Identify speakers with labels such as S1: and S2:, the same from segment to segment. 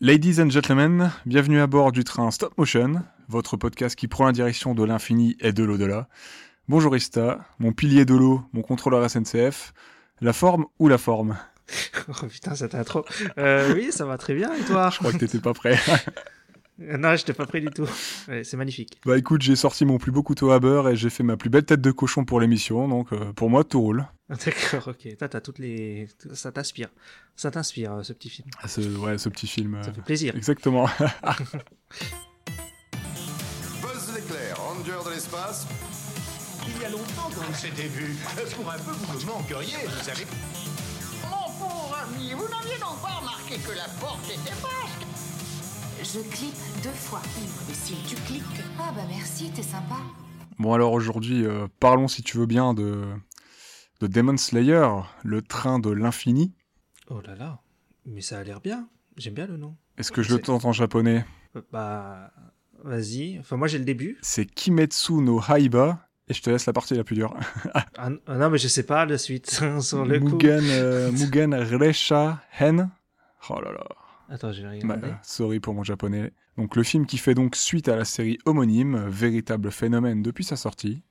S1: Ladies and gentlemen, bienvenue à bord du train Stop Motion, votre podcast qui prend la direction de l'infini et de l'au-delà. Bonjour Ista, mon pilier de l'eau, mon contrôleur SNCF, la forme ou la forme
S2: Oh putain, cette intro. Euh, oui, ça va très bien, et toi
S1: Je crois que t'étais pas prêt.
S2: Non, je t'ai pas pris du tout. Ouais, c'est magnifique.
S1: bah écoute, j'ai sorti mon plus beau couteau à beurre et j'ai fait ma plus belle tête de cochon pour l'émission, donc euh, pour moi tout roule.
S2: D'accord, ok. Toi, t'as toutes les... Ça t'inspire. Ça t'inspire, euh, ce petit film.
S1: Ah, ce, ouais, ce petit film. euh,
S2: Ça fait plaisir.
S1: Exactement.
S3: Buzz l'éclair, ranger de l'espace.
S4: Il y a longtemps qu'on s'était vu. Pour un peu, vous me manqueriez, vous savez.
S5: Mon pauvre ami, vous n'aviez donc pas remarqué que la porte était basque
S6: Je clique deux fois. Mais si tu cliques. Ah bah merci, t'es sympa.
S1: Bon alors aujourd'hui, euh, parlons si tu veux bien de, de Demon Slayer, le train de l'infini.
S2: Oh là là. Mais ça a l'air bien. J'aime bien le nom.
S1: Est-ce que je le
S2: C'est-
S1: tente en japonais
S2: Euh, Bah... Vas-y. Enfin, moi, j'ai le début.
S1: C'est Kimetsu no Haiba, et je te laisse la partie la plus dure.
S2: Ah, n- ah non, mais je sais pas la suite, sur le coup.
S1: Mugen, euh, Mugen Resha Hen. Oh là là.
S2: Attends, je vais
S1: Bah,
S2: regarder.
S1: sorry pour mon japonais. Donc le film qui fait donc suite à la série homonyme, euh, véritable phénomène depuis sa sortie.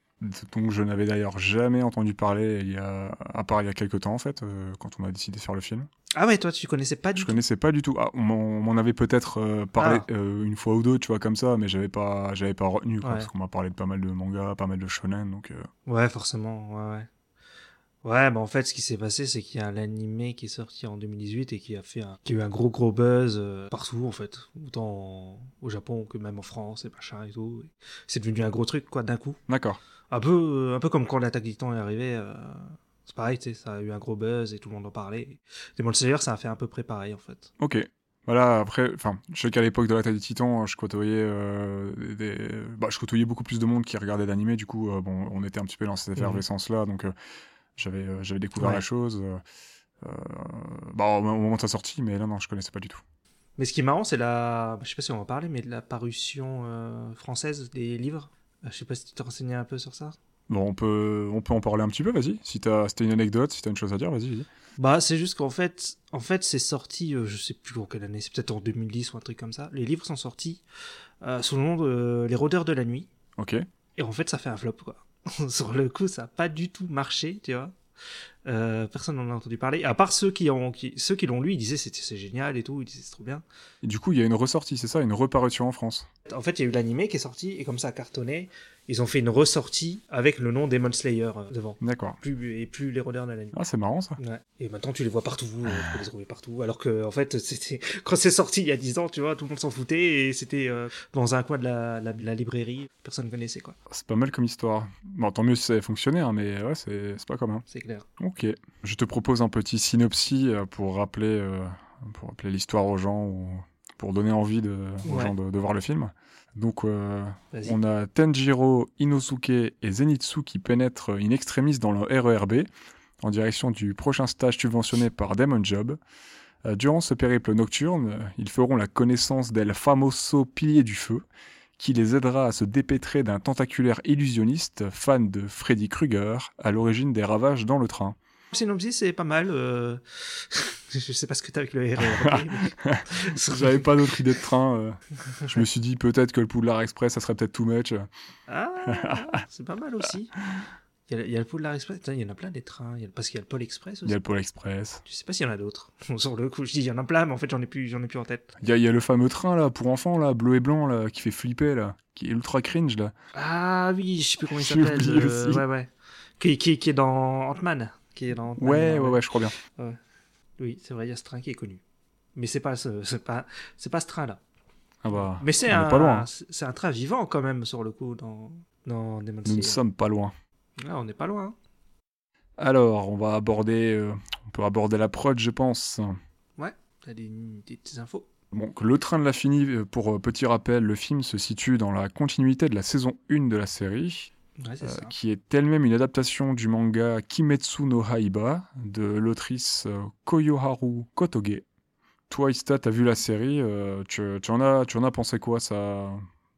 S1: Donc je n'avais d'ailleurs jamais entendu parler il y a à part il y a quelques temps en fait euh, quand on a décidé de faire le film.
S2: Ah ouais, toi, tu connaissais pas du
S1: Je
S2: tout. Ah.
S1: connaissais pas du tout. Ah, on m'en- on m'en avait peut-être euh, parlé euh, une fois ou deux, tu vois, comme ça, mais j'avais pas, j'avais pas retenu, quoi,
S2: Ouais.
S1: parce qu'on m'a parlé de pas mal de mangas, pas mal de shonen, donc. euh,
S2: Ouais, forcément, ouais, ouais. Ouais, bah en fait, ce qui s'est passé, c'est qu'il y a l'animé qui est sorti en 2018 et qui a fait un, qui a eu un gros gros buzz euh, partout, en fait. Autant en- au Japon que même en France et machin et tout. C'est devenu un gros truc, quoi, d'un coup.
S1: D'accord.
S2: Un peu, euh, un peu comme quand l'attaque des titans est arrivée. euh, c'est pareil, tu sais, ça a eu un gros buzz et tout le monde en parlait. Demon Slayer, ça a fait un peu préparer, en fait.
S1: Ok. Voilà. Après, enfin, je sais qu'à l'époque de la taille des Titans, je côtoyais, euh, des- bah, je côtoyais beaucoup plus de monde qui regardait d'animé. Du coup, euh, bon, on était un petit peu dans cette
S2: Mhm.
S1: effervescence là, donc euh, j'avais, euh, j'avais découvert
S2: Ouais.
S1: la chose. euh, euh, bah, au au moment de sa sortie, mais là, non, je connaissais pas du tout.
S2: Mais ce qui est marrant, c'est la. Je sais pas si on va en parler, mais de la parution euh, française des livres. Euh, Je sais pas si tu t'es renseigné un peu sur ça.
S1: Bon, on peut, on peut en parler un petit peu, vas-y. Si t'as, si t'as une anecdote, si t'as une chose à dire, vas-y, vas-y.
S2: Bah, c'est juste qu'en fait, en fait, c'est sorti, euh, je sais plus en quelle année, c'est peut-être en 2010 ou un truc comme ça. Les livres sont sortis euh, sous le nom de euh, Les Rôdeurs de la Nuit.
S1: Ok.
S2: Et en fait, ça fait un flop, quoi. Sur le coup, ça a pas du tout marché, tu vois. Euh, personne n'en a entendu parler. À part ceux qui ont, qui, ceux qui l'ont lu, ils disaient c'était c'est génial et tout, ils disaient c'est trop bien.
S1: Et du coup, il y a une ressortie, c'est ça, une reparution en France.
S2: En fait, il y a eu l'animé qui est sorti et comme ça a cartonné, ils ont fait une ressortie avec le nom Demon Slayer euh, devant.
S1: D'accord.
S2: Plus, et plus Les Rôdeurs de la Nuit.
S1: Ah, c'est marrant ça.
S2: Ouais. Et maintenant, tu les vois partout, euh, tu
S1: Ah.
S2: peux les trouver partout. Alors que, en fait, c'était quand c'est sorti il y a 10 ans, tu vois, tout le monde s'en foutait et c'était euh, dans un coin de la, la, la librairie, personne connaissait quoi.
S1: C'est pas mal comme histoire. Bon, tant mieux si ça avait fonctionné, hein, mais ouais, c'est c'est pas commun.
S2: C'est clair.
S1: Ok. Je te propose un petit synopsis euh, pour rappeler, euh, pour rappeler l'histoire aux gens ou pour donner envie de- aux
S2: Ouais.
S1: gens de, de voir le film. Donc, euh,
S2: Vas-y.
S1: on a Tenjiro, Inosuke et Zenitsu qui pénètrent in extremis dans le RERB en direction du prochain stage subventionné par Demon Job. Euh, Durant ce périple nocturne, euh, ils feront la connaissance d'El Famoso Pilier du Feu, qui les aidera à se dépêtrer d'un tentaculaire illusionniste fan de Freddy Krueger à l'origine des ravages dans le train.
S2: Le synopsis, c'est pas mal. euh, je sais pas ce que t'as avec le RRB.
S1: J'avais pas d'autre idée de train. euh. Je me suis dit peut-être que le Poudlard Express, ça serait peut-être too much.
S2: Ah, c'est pas mal aussi. Il y a, le- il y a le Polar Express, Putain, il y en a plein des trains, Il y a le- parce qu'il y a le Pôle Express
S1: Il y
S2: aussi.
S1: a le Pôle Express.
S2: Je sais pas s'il y en a d'autres. Sur le coup, je dis il y en a plein, mais en fait, j'en ai plus, j'en ai plus en tête.
S1: Il y, a- il y a le fameux train là pour enfants là, bleu et blanc là, qui fait flipper là, qui est ultra cringe là.
S2: Ah oui, je sais plus comment il
S1: J'ai
S2: s'appelle.
S1: oublié
S2: euh,
S1: aussi.
S2: ouais, ouais. Qui, qui, qui est dans Ant-Man. Qui est dans Ant-Man,
S1: Ouais, ouais, ouais, je crois bien.
S2: Oui, c'est vrai, il y a ce train qui est connu. Mais c'est pas ce, c'est pas, c'est pas ce train-là.
S1: Ah bah,
S2: Mais c'est
S1: on
S2: un,
S1: est pas loin. hein.
S2: c'est c'est un train vivant quand même sur le coup dans, dans Demon
S1: Nous ne
S2: Slayer.
S1: sommes pas loin.
S2: Ah, on n'est pas loin. hein.
S1: Alors, on va aborder, euh, on peut aborder la prod, je pense.
S2: T'as des, des petites infos.
S1: Donc, le train de la finie, euh, pour euh, petit rappel, le film se situe dans la continuité de la saison 1 de la série,
S2: Ouais, c'est
S1: euh,
S2: ça.
S1: qui est elle-même une adaptation du manga Kimetsu no Haiba de l'autrice euh, Koyoharu Kotoge. Toi, Ista, t'as vu la série, euh, tu, tu en as, tu en as pensé quoi ça,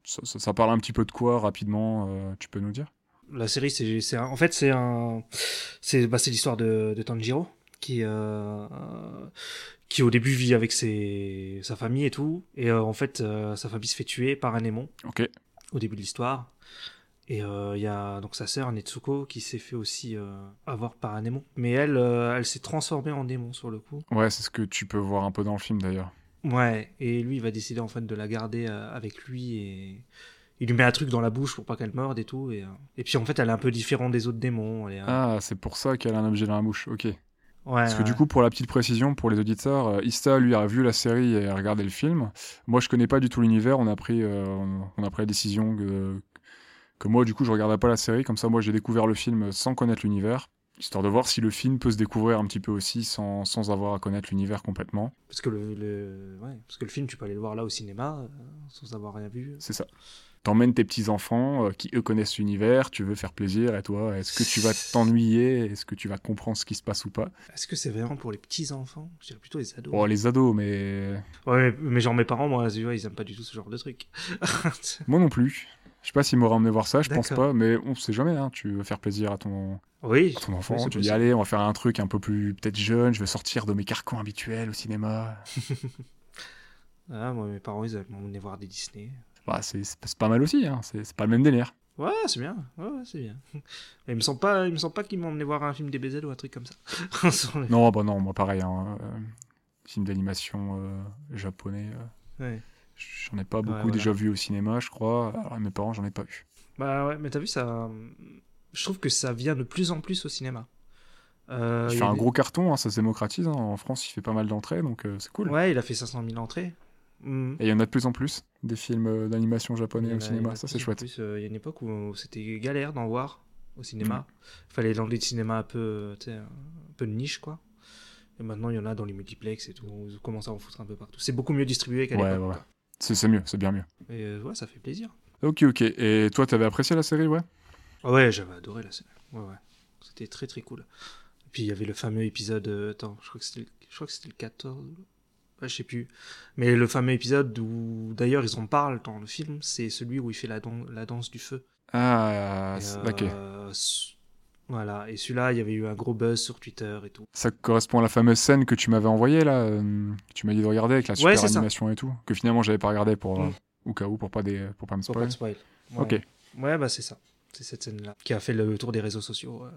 S1: ça, ça- ça parle un petit peu de quoi rapidement, euh, tu peux nous dire
S2: La série, c'est, c'est un- en fait, c'est un, c'est, bah, c'est l'histoire de, de Tanjiro qui, euh, euh, qui au début vit avec ses, sa famille et tout, et euh, en fait euh, sa famille se fait tuer par un démon
S1: Ok.
S2: au début de l'histoire. Et euh, il y a donc sa sœur Netsuko qui s'est fait aussi euh, avoir par un démon. Mais elle, euh, elle s'est transformée en démon sur le coup.
S1: Ouais, c'est ce que tu peux voir un peu dans le film d'ailleurs.
S2: Ouais, et lui, il va décider en fait de la garder euh, avec lui et il lui met un truc dans la bouche pour pas qu'elle morde et tout. Et, euh, et puis en fait, elle est un peu différente des autres démons. Elle est, euh,
S1: Ah, c'est pour ça qu'elle a un objet dans la bouche. Ok.
S2: ouais,
S1: Parce que du
S2: ouais.
S1: coup, pour la petite précision, pour les auditeurs, euh, Ista, lui, a vu la série et a regardé le film. Moi, je connais pas du tout l'univers. On a pris, euh, on- on a pris la décision que, que moi, du coup, je regardais pas la série. Comme ça, moi, j'ai découvert le film sans connaître l'univers, histoire de voir si le film peut se découvrir un petit peu aussi sans, sans avoir à connaître l'univers complètement.
S2: Parce que le, le- ouais, parce que le film, tu peux aller le voir là au cinéma euh, sans avoir rien vu.
S1: C'est ça. T'emmènes tes petits enfants euh, qui eux connaissent l'univers. Tu veux faire plaisir et toi, est-ce que tu vas t'ennuyer Est-ce que tu vas comprendre ce qui se passe ou pas
S2: Est-ce que c'est vraiment pour les petits enfants Je dirais plutôt les ados.
S1: Bon, les ados, mais
S2: Ouais, mais, mais genre mes parents, moi, tu vois, ils aiment pas du tout ce genre de truc.
S1: Moi non plus. Je sais pas s'il m'aura emmené voir ça, je pense
S2: D'accord.
S1: pas, mais on sait jamais. hein. Tu veux faire plaisir à ton,
S2: oui.
S1: à ton enfant,
S2: oui, c'est
S1: tu dis
S2: possible.
S1: allez, on va faire un truc un peu plus peut-être jeune, je veux sortir de mes carcans habituels au cinéma.
S2: Ah, moi, mes parents, ils avaient m'emmené voir des Disney.
S1: Bah, c'est c'est pas- c'est pas mal aussi, hein. c'est c'est pas le même délire.
S2: Ouais, c'est bien. Ouais, ouais, c'est bien. Mais il me semble pas, il me semble pas qu'ils m'ont emmené voir un film DBZ ou un truc comme ça. Sans les-
S1: Non, bah non, moi pareil, hein. euh, film d'animation euh, japonais, euh,
S2: Ouais.
S1: j'en ai pas beaucoup
S2: voilà.
S1: déjà vu au cinéma, je crois. Alors, mes parents, j'en ai pas vu.
S2: Bah ouais, mais t'as vu ça euh, Je trouve que ça vient de plus en plus au cinéma. Euh,
S1: il
S2: il
S1: fait
S2: y a
S1: un
S2: des-
S1: gros carton, hein, ça se démocratise. hein. En France, il fait pas mal d'entrées, donc euh, c'est cool.
S2: Ouais, il a fait 500 000 entrées. Mm.
S1: Et il y en a de plus en plus des films euh, d'animation japonais
S2: Il y en
S1: au
S2: a- il y en
S1: cinéma,
S2: a
S1: ça
S2: de
S1: c'est
S2: plus en
S1: chouette.
S2: plus, euh, Il y a une époque où c'était galère d'en voir au
S1: Mm.
S2: cinéma. Il fallait dans des cinémas un peu, euh, tu sais, un peu de niche, quoi. Et maintenant, il y en a dans les multiplex et tout. Ils commencent à en foutre un peu partout. C'est beaucoup mieux distribué qu'à
S1: Ouais,
S2: l'époque.
S1: ouais. C'est c'est mieux, c'est bien mieux.
S2: quoi. Et euh, ouais, ça fait plaisir.
S1: Ok, ok. Et toi, t'avais apprécié la série, ouais
S2: Ah ouais, j'avais adoré la scène. Ouais, ouais. C'était très très cool. Et puis il y avait le fameux épisode. euh, attends, je crois que c'était le, je crois que c'était le 14. Ouais, je sais plus. Mais le fameux épisode où d'ailleurs ils en parlent dans le film, c'est celui où il fait la, dan- la danse du feu.
S1: Ah,
S2: Et,
S1: c'est-
S2: euh,
S1: ok.
S2: ce- Voilà. Et celui-là, il y avait eu un gros buzz sur Twitter et tout.
S1: Ça correspond à la fameuse scène que tu m'avais envoyée, là, euh, que tu m'as dit de regarder avec la
S2: Ouais,
S1: super
S2: c'est ça.
S1: animation et tout, que finalement j'avais pas regardé pour, euh,
S2: Mm.
S1: au cas où, pour pas, des, pour pas me
S2: Pour pas
S1: spoiler.
S2: de spoil. Ouais.
S1: Ok,
S2: Ouais, bah c'est ça. C'est cette scène-là qui a fait le tour des réseaux sociaux euh,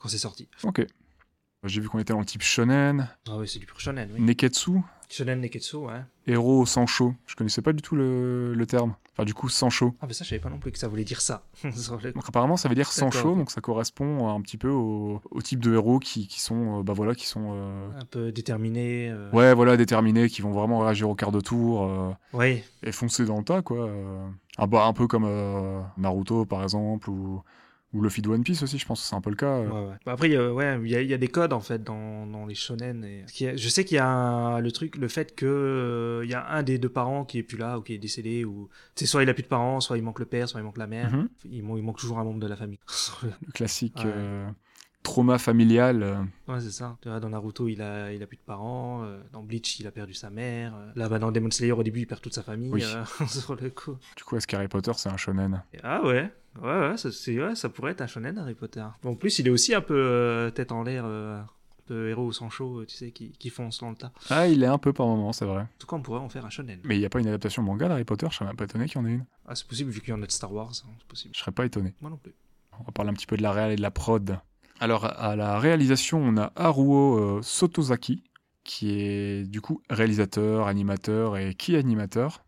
S2: quand c'est sorti.
S1: ok. Bah, J'ai vu qu'on était dans le type shonen,
S2: Ah oui, c'est du pur shonen. Oui.
S1: neketsu,
S2: Shonen Neketsu, ouais.
S1: héros sans chaud. Je connaissais pas du tout le, le terme. Enfin, du coup, sans chaud.
S2: Ah bah ça, je savais pas non plus que ça voulait dire ça. Sur le-
S1: Donc apparemment, ça veut dire sans
S2: D'accord,
S1: chaud,
S2: ok.
S1: donc ça correspond un petit peu au, au type de héros qui, qui sont, euh, bah voilà, qui sont euh,
S2: un peu déterminé. euh,
S1: Ouais, voilà, déterminés, qui vont vraiment réagir au quart de tour euh,
S2: ouais.
S1: et foncer dans le tas, quoi. euh. Ah bah, un peu comme euh, Naruto, par exemple, ou, ou Luffy de One Piece aussi, je pense que c'est un peu le cas. euh.
S2: Ouais, ouais. Bah Après, il y a- ouais, il y, a- il y a des codes en fait dans, dans les shonen. Et... Parce qu'il y a- Je sais qu'il y a un- le truc, le fait que euh, il y a un des deux parents qui est plus là ou qui est décédé ou c'est soit il a plus de parents, soit il manque le père, soit il manque la mère.
S1: Mhm.
S2: il, man- il manque toujours un membre de la famille.
S1: Le classique
S2: Ouais.
S1: euh, trauma familial. euh.
S2: ouais, c'est ça. Tu vois, dans Naruto, il a il a plus de parents. euh, Dans Bleach, il a perdu sa mère. euh, Là, bah, dans Demon Slayer, au début, il perd toute sa famille
S1: Oui.
S2: euh, sur le coup.
S1: Du coup, est-ce qu'Harry Potter, c'est un shonen
S2: Et- Ah ouais, ouais, ouais, ça, c'est- ouais, ça pourrait être un shonen Harry Potter. En plus, il est aussi un peu euh, tête en l'air, euh, un peu héros sans chaud, euh, tu sais, qui, qui fonce dans le tas.
S1: Ah, il est un peu par moment, c'est vrai.
S2: En tout cas, on pourrait en faire un shonen.
S1: Mais il n'y a pas une adaptation manga d'Harry Potter, je serais même pas étonné qu'il y en ait une.
S2: Ah, c'est possible, vu qu'il y en a de Star Wars, hein, c'est possible.
S1: Je serais pas étonné.
S2: Moi non plus.
S1: On va parler un petit peu de la réal et de la prod. Alors, à la réalisation, on a Haruo euh, Sotozaki, qui est du coup réalisateur, animateur et qui animateur.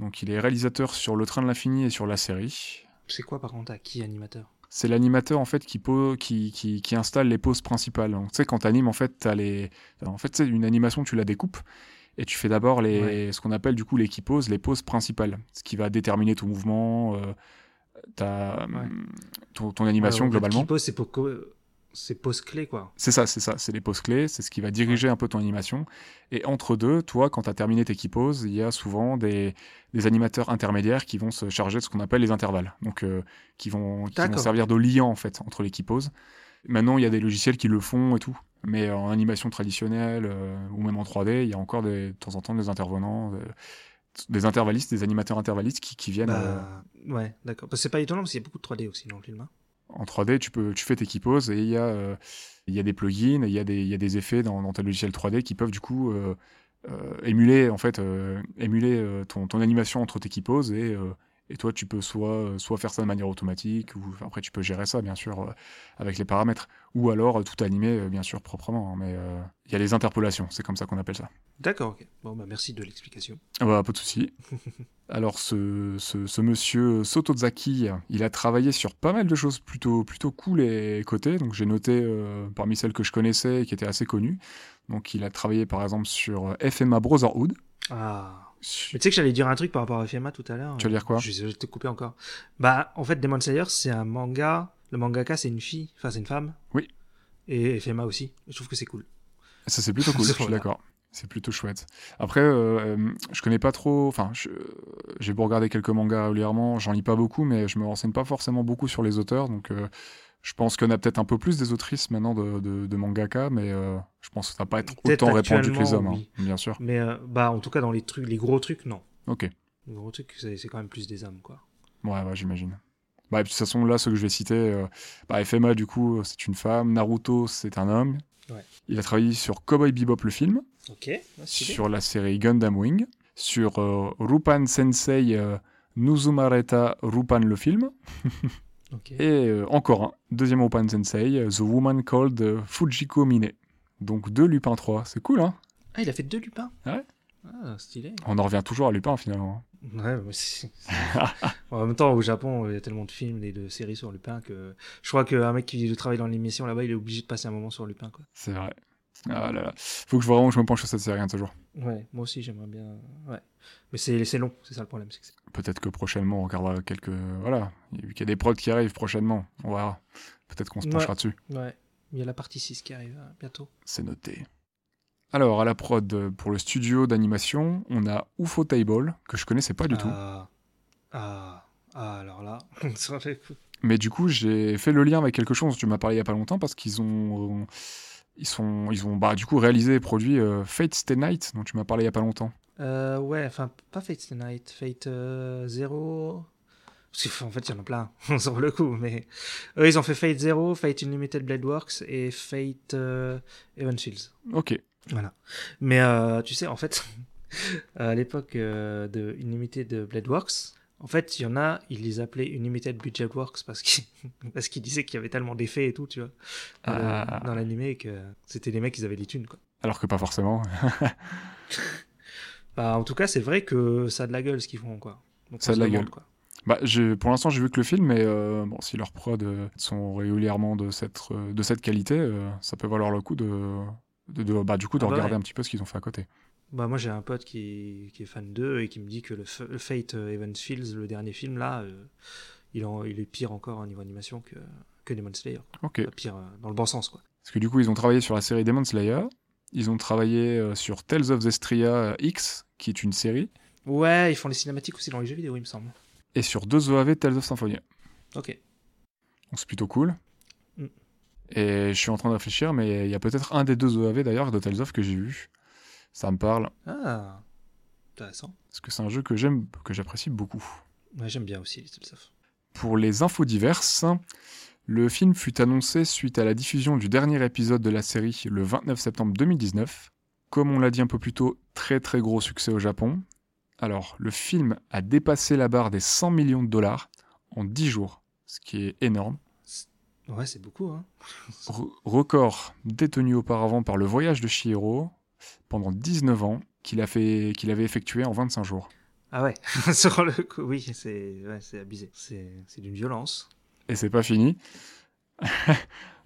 S1: Donc, il est réalisateur sur Le Train de l'Infini et sur la série.
S2: C'est quoi, par contre, à qui animateur
S1: C'est l'animateur en fait qui, po- qui, qui, qui installe les poses principales. Donc, tu sais, quand t'animes, en fait, t'as les. En fait, c'est une animation, tu la découpes et tu fais d'abord les ce qu'on appelle du coup les qui poses, les poses principales, ce qui va déterminer ton mouvement, euh, ta, ton, ton animation
S2: Ouais, Euh, en fait,
S1: globalement.
S2: qui pose, c'est pour co- c'est pose clé, quoi.
S1: C'est ça, c'est ça, c'est les poses clés, c'est ce qui va diriger un peu ton animation. Et entre deux, toi, quand tu as terminé tes key poses, il y a souvent des, des animateurs intermédiaires qui vont se charger de ce qu'on appelle les intervalles, donc euh, qui vont, qui vont
S2: D'accord.
S1: servir de liant en fait entre les key poses. Maintenant, il y a des logiciels qui le font et tout, mais euh, en animation traditionnelle euh, ou même en 3D, il y a encore des, de temps en temps des intervenants, euh, des intervallistes, des animateurs intervallistes qui, qui viennent. euh,
S2: Bah, ouais, d'accord. Parce que c'est pas étonnant, parce qu'il y a beaucoup de 3D aussi dans le film. hein.
S1: en 3D, tu, peux, tu fais tes keyposes et il y, a, euh, il y a des plugins, il y a des, il y a des effets dans, dans ta logiciel 3D qui peuvent du coup euh, euh, émuler, en fait, euh, émuler euh, ton, ton animation entre tes keyposes et, euh, et toi, tu peux soit, soit faire ça de manière automatique, ou après, tu peux gérer ça, bien sûr, euh, avec les paramètres, ou alors euh, tout animer, euh, bien sûr, proprement. hein, mais euh, il y a les interpolations, c'est comme ça qu'on appelle ça.
S2: D'accord, ok. Bon, bah merci de l'explication.
S1: Ah bah, pas de souci. Alors, ce, ce, ce monsieur Sotozaki, il a travaillé sur pas mal de choses plutôt, plutôt cool et cotées. Donc, j'ai noté euh, parmi celles que je connaissais et qui étaient assez connues. Donc, il a travaillé par exemple sur euh, FMA Brotherhood.
S2: Ah. Mais tu sais que j'allais dire un truc par rapport à FMA tout à l'heure. euh,
S1: Tu veux dire quoi
S2: Je je vais te couper encore. Bah, en fait, Demon Slayer, c'est un manga. Le mangaka, c'est une fille. Enfin, c'est une femme.
S1: Oui.
S2: Et FMA aussi. Je trouve que c'est cool.
S1: Ça, c'est plutôt cool, je suis
S2: Voilà.
S1: d'accord. C'est plutôt chouette. Après, euh, euh, je connais pas trop. Enfin, je- euh, j'ai beau regarder quelques mangas régulièrement, j'en lis pas beaucoup, mais je me renseigne pas forcément beaucoup sur les auteurs. Donc, euh, je pense qu'on a peut-être un peu plus des autrices maintenant de, de, de mangaka, mais euh, je pense que ça va pas être
S2: Peut-être
S1: autant répandu que les hommes, hein,
S2: actuellement,
S1: bien sûr.
S2: Mais, euh, bah, en tout cas, dans les trucs, les gros trucs, non.
S1: Ok. Ouais,
S2: Les gros trucs, c'est c'est quand même plus des hommes, quoi.
S1: ouais, j'imagine. Bah, et puis, de toute façon, là, ceux que je vais citer, euh, bah, FMA, du coup, c'est une femme. Naruto, c'est un homme.
S2: Ouais.
S1: Il a travaillé sur Cowboy Bebop, le film.
S2: Ok.
S1: bah, sur la série Gundam Wing, sur euh, Rupan Sensei euh, Nuzumareta Rupan le film,
S2: Ok.
S1: et euh, encore un, deuxième Rupan Sensei, euh, The Woman Called euh, Fujiko Mine. Donc deux Lupin 3, c'est cool hein
S2: Ah, il a fait deux Lupins
S1: Ouais.
S2: Ah, stylé.
S1: On en revient toujours à Lupin finalement. hein.
S2: Ouais, mais c'est- c'est- en même temps, au Japon, il y a tellement de films et de séries sur Lupin que je crois qu'un mec qui travaille dans l'émission là-bas, il est obligé de passer un moment sur Lupin. Quoi.
S1: C'est vrai. Ah là là. Faut que je vraiment que je me penche sur cette série hein, un de ces jours.
S2: Ouais, moi aussi, j'aimerais bien. Ouais. Mais c'est c'est long, c'est ça le problème. c'est que c'est-
S1: Peut-être que prochainement on regardera quelques. Voilà. Vu qu'il y a des prods qui arrivent prochainement, on verra. Peut-être qu'on se
S2: Ouais.
S1: penchera dessus.
S2: Ouais. Il y a la partie 6 qui arrive hein, bientôt.
S1: C'est noté. Alors, à la prod, euh, pour le studio d'animation, on a UFO Table, que je connaissais pas du tout.
S2: Ah. Ah. Ah, alors là, ça fait fou.
S1: Mais du coup, j'ai fait le lien avec quelque chose dont tu m'as parlé il y a pas longtemps, parce qu'ils ont, ils sont, ils ont bah, du coup réalisé et produit euh, Fate Stay Night, dont tu m'as parlé il y a pas longtemps.
S2: Euh, ouais, enfin, pas Fate Stay Night, Fate 0. Parce que, en fait, il y en a plein sur le coup, mais. Eux, ils ont fait Fate 0, Fate Unlimited Blade Works et Fate euh, Evan Shields.
S1: Ok.
S2: Voilà. Mais euh, tu sais, en fait, à l'époque euh, de Unlimited Blade Works, en fait, il y en a, ils les appelaient Unlimited Budget Works parce qu'ils parce qu'ils disaient qu'il y avait tellement d'effets et tout, tu vois, dans le-
S1: Ah.
S2: dans l'animé que c'était les mecs qui avaient les thunes, quoi.
S1: Alors que pas forcément.
S2: Bah, en tout cas, c'est vrai que ça a de la gueule ce qu'ils font, quoi. Donc,
S1: Ça
S2: on
S1: a de
S2: se
S1: la
S2: demande,
S1: gueule.
S2: quoi.
S1: Bah, j'ai- pour l'instant, j'ai vu que le film, mais euh, bon, si leurs prods euh, sont régulièrement de cette, euh, de cette qualité, euh, ça peut valoir le coup de, de, de- bah, du coup, de
S2: Ah bah
S1: regarder
S2: ouais.
S1: un petit peu ce qu'ils ont fait à côté.
S2: Bah, moi, j'ai un pote qui, qui est fan d'eux et qui me dit que le, F- le Fate euh, Evans Fields, le dernier film, là, euh, il, en- il est pire encore au niveau animation que, que Demon Slayer. quoi.
S1: Ok.
S2: Pas pire euh, dans le bon sens, quoi.
S1: Parce que du coup, ils ont travaillé sur la série Demon Slayer. Ils ont travaillé euh, sur Tales of Zestria euh, X, qui est une série,
S2: Ouais, ils font les cinématiques aussi dans les jeux vidéo, il me semble.
S1: et sur deux OAV Tales of Symphonia.
S2: Ok.
S1: Donc c'est plutôt cool.
S2: Mm.
S1: Et je suis en train de réfléchir, mais il y a peut-être un des deux OAV d'ailleurs de Tales of que j'ai vu. Ça me parle,
S2: Ah, intéressant.
S1: parce que c'est un jeu que j'aime, que j'apprécie beaucoup.
S2: Ouais, j'aime bien aussi Little Stuff.
S1: Pour les infos diverses, le film fut annoncé suite à la diffusion du dernier épisode de la série le 29 septembre 2019. Comme on l'a dit un peu plus tôt, très très gros succès au Japon. Alors, le film a dépassé la barre des 100 millions de dollars en 10 jours, ce qui est énorme.
S2: Ouais, c'est beaucoup, hein.
S1: Re- record détenu auparavant par le voyage de Shihiro pendant 19 ans qu'il a fait- qu'il avait effectué en 25 jours.
S2: Ah ouais, sur le coup, oui, c'est ouais, c'est abusé. C'est c'est d'une violence.
S1: Et c'est pas fini.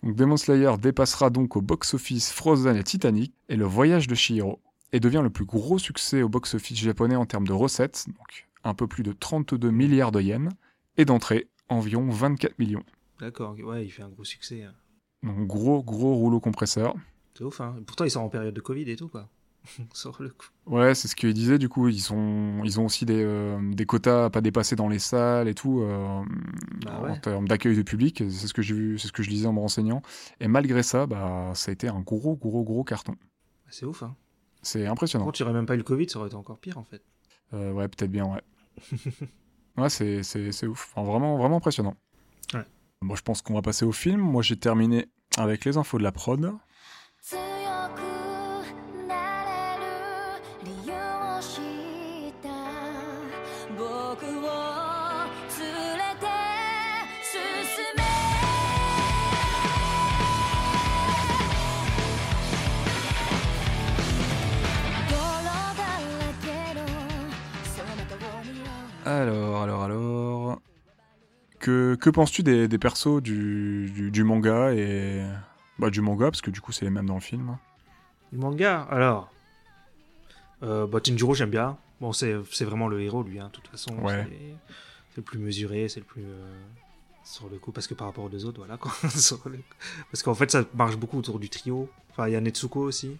S1: donc Demon Slayer dépassera donc au box-office Frozen et Titanic et le voyage de Shihiro et devient le plus gros succès au box-office japonais en termes de recettes, donc un peu plus de 32 milliards de yens, et d'entrées, environ 24 millions.
S2: D'accord, ouais, il fait un gros succès. hein.
S1: Donc gros, gros rouleau compresseur.
S2: C'est ouf, hein. Pourtant, ils sont en période de Covid et tout, quoi. Sur le coup.
S1: Ouais, c'est ce qu'il disait, du coup, ils, sont, ils ont aussi des, euh, des quotas à pas dépasser dans les salles et tout, euh,
S2: Bah
S1: en
S2: ouais.
S1: termes d'accueil de public, c'est ce que j'ai vu, c'est ce que je lisais en me renseignant, et malgré ça, bah, ça a été un gros, gros, gros carton.
S2: C'est ouf, hein.
S1: C'est
S2: Par
S1: impressionnant.
S2: contre, tu aurais même pas eu le Covid, ça aurait été encore pire, en fait.
S1: Euh, ouais, peut-être bien, ouais. ouais, c'est, c'est, c'est ouf. Enfin, vraiment, vraiment impressionnant.
S2: Ouais.
S1: Moi, je pense qu'on va passer au film. Moi, j'ai terminé avec les infos de la prod.
S7: 強くなれる理由を知った僕を連れて進め泥だらけのその中を見よう
S1: Alors, alors, alors. Que, que penses-tu des, des persos du, du, du manga et. Bah, du manga, parce que du coup, c'est les mêmes dans le film. hein.
S2: Le manga, alors. Euh, bah, Jinjiro, j'aime bien. Bon, c'est c'est vraiment le héros, lui, hein, de toute façon.
S1: Ouais.
S2: C'est- C'est le plus mesuré, c'est le plus. euh, sur le coup, parce que par rapport aux deux autres, voilà. quoi. Sur le- Parce qu'en fait, ça marche beaucoup autour du trio. Enfin, il y a Netsuko aussi.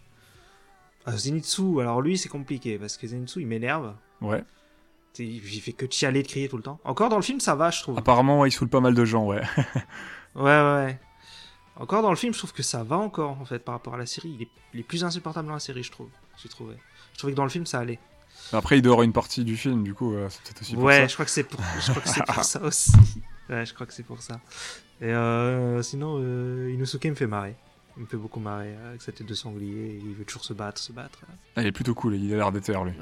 S2: Ah, Zenitsu, alors lui, c'est compliqué, parce que Zenitsu, il m'énerve.
S1: Ouais.
S2: C'est- Il fait que de chialer, de crier tout le temps. Encore dans le film, ça va, je trouve.
S1: Apparemment, ouais, ils saoulent pas mal de gens, ouais.
S2: Ouais, ouais, ouais. Encore dans le film, je trouve que ça va encore, en fait, par rapport à la série. Il est, il est plus insupportable dans la série, je trouve. J'ai trouvé. Je trouvais que dans le film, ça allait.
S1: Après, il dort une partie du film, du coup, euh, c'est peut-être aussi pour
S2: Ouais,
S1: ça.
S2: je crois que c'est pour, je crois que c'est pour ça aussi. Ouais, je crois que c'est pour ça. Et euh, sinon, euh, Inosuke me fait marrer. Il me fait beaucoup marrer euh, avec sa tête de sanglier. Il veut toujours se battre, se battre.
S1: Ah, Il est plutôt cool, il a l'air d'éther, lui.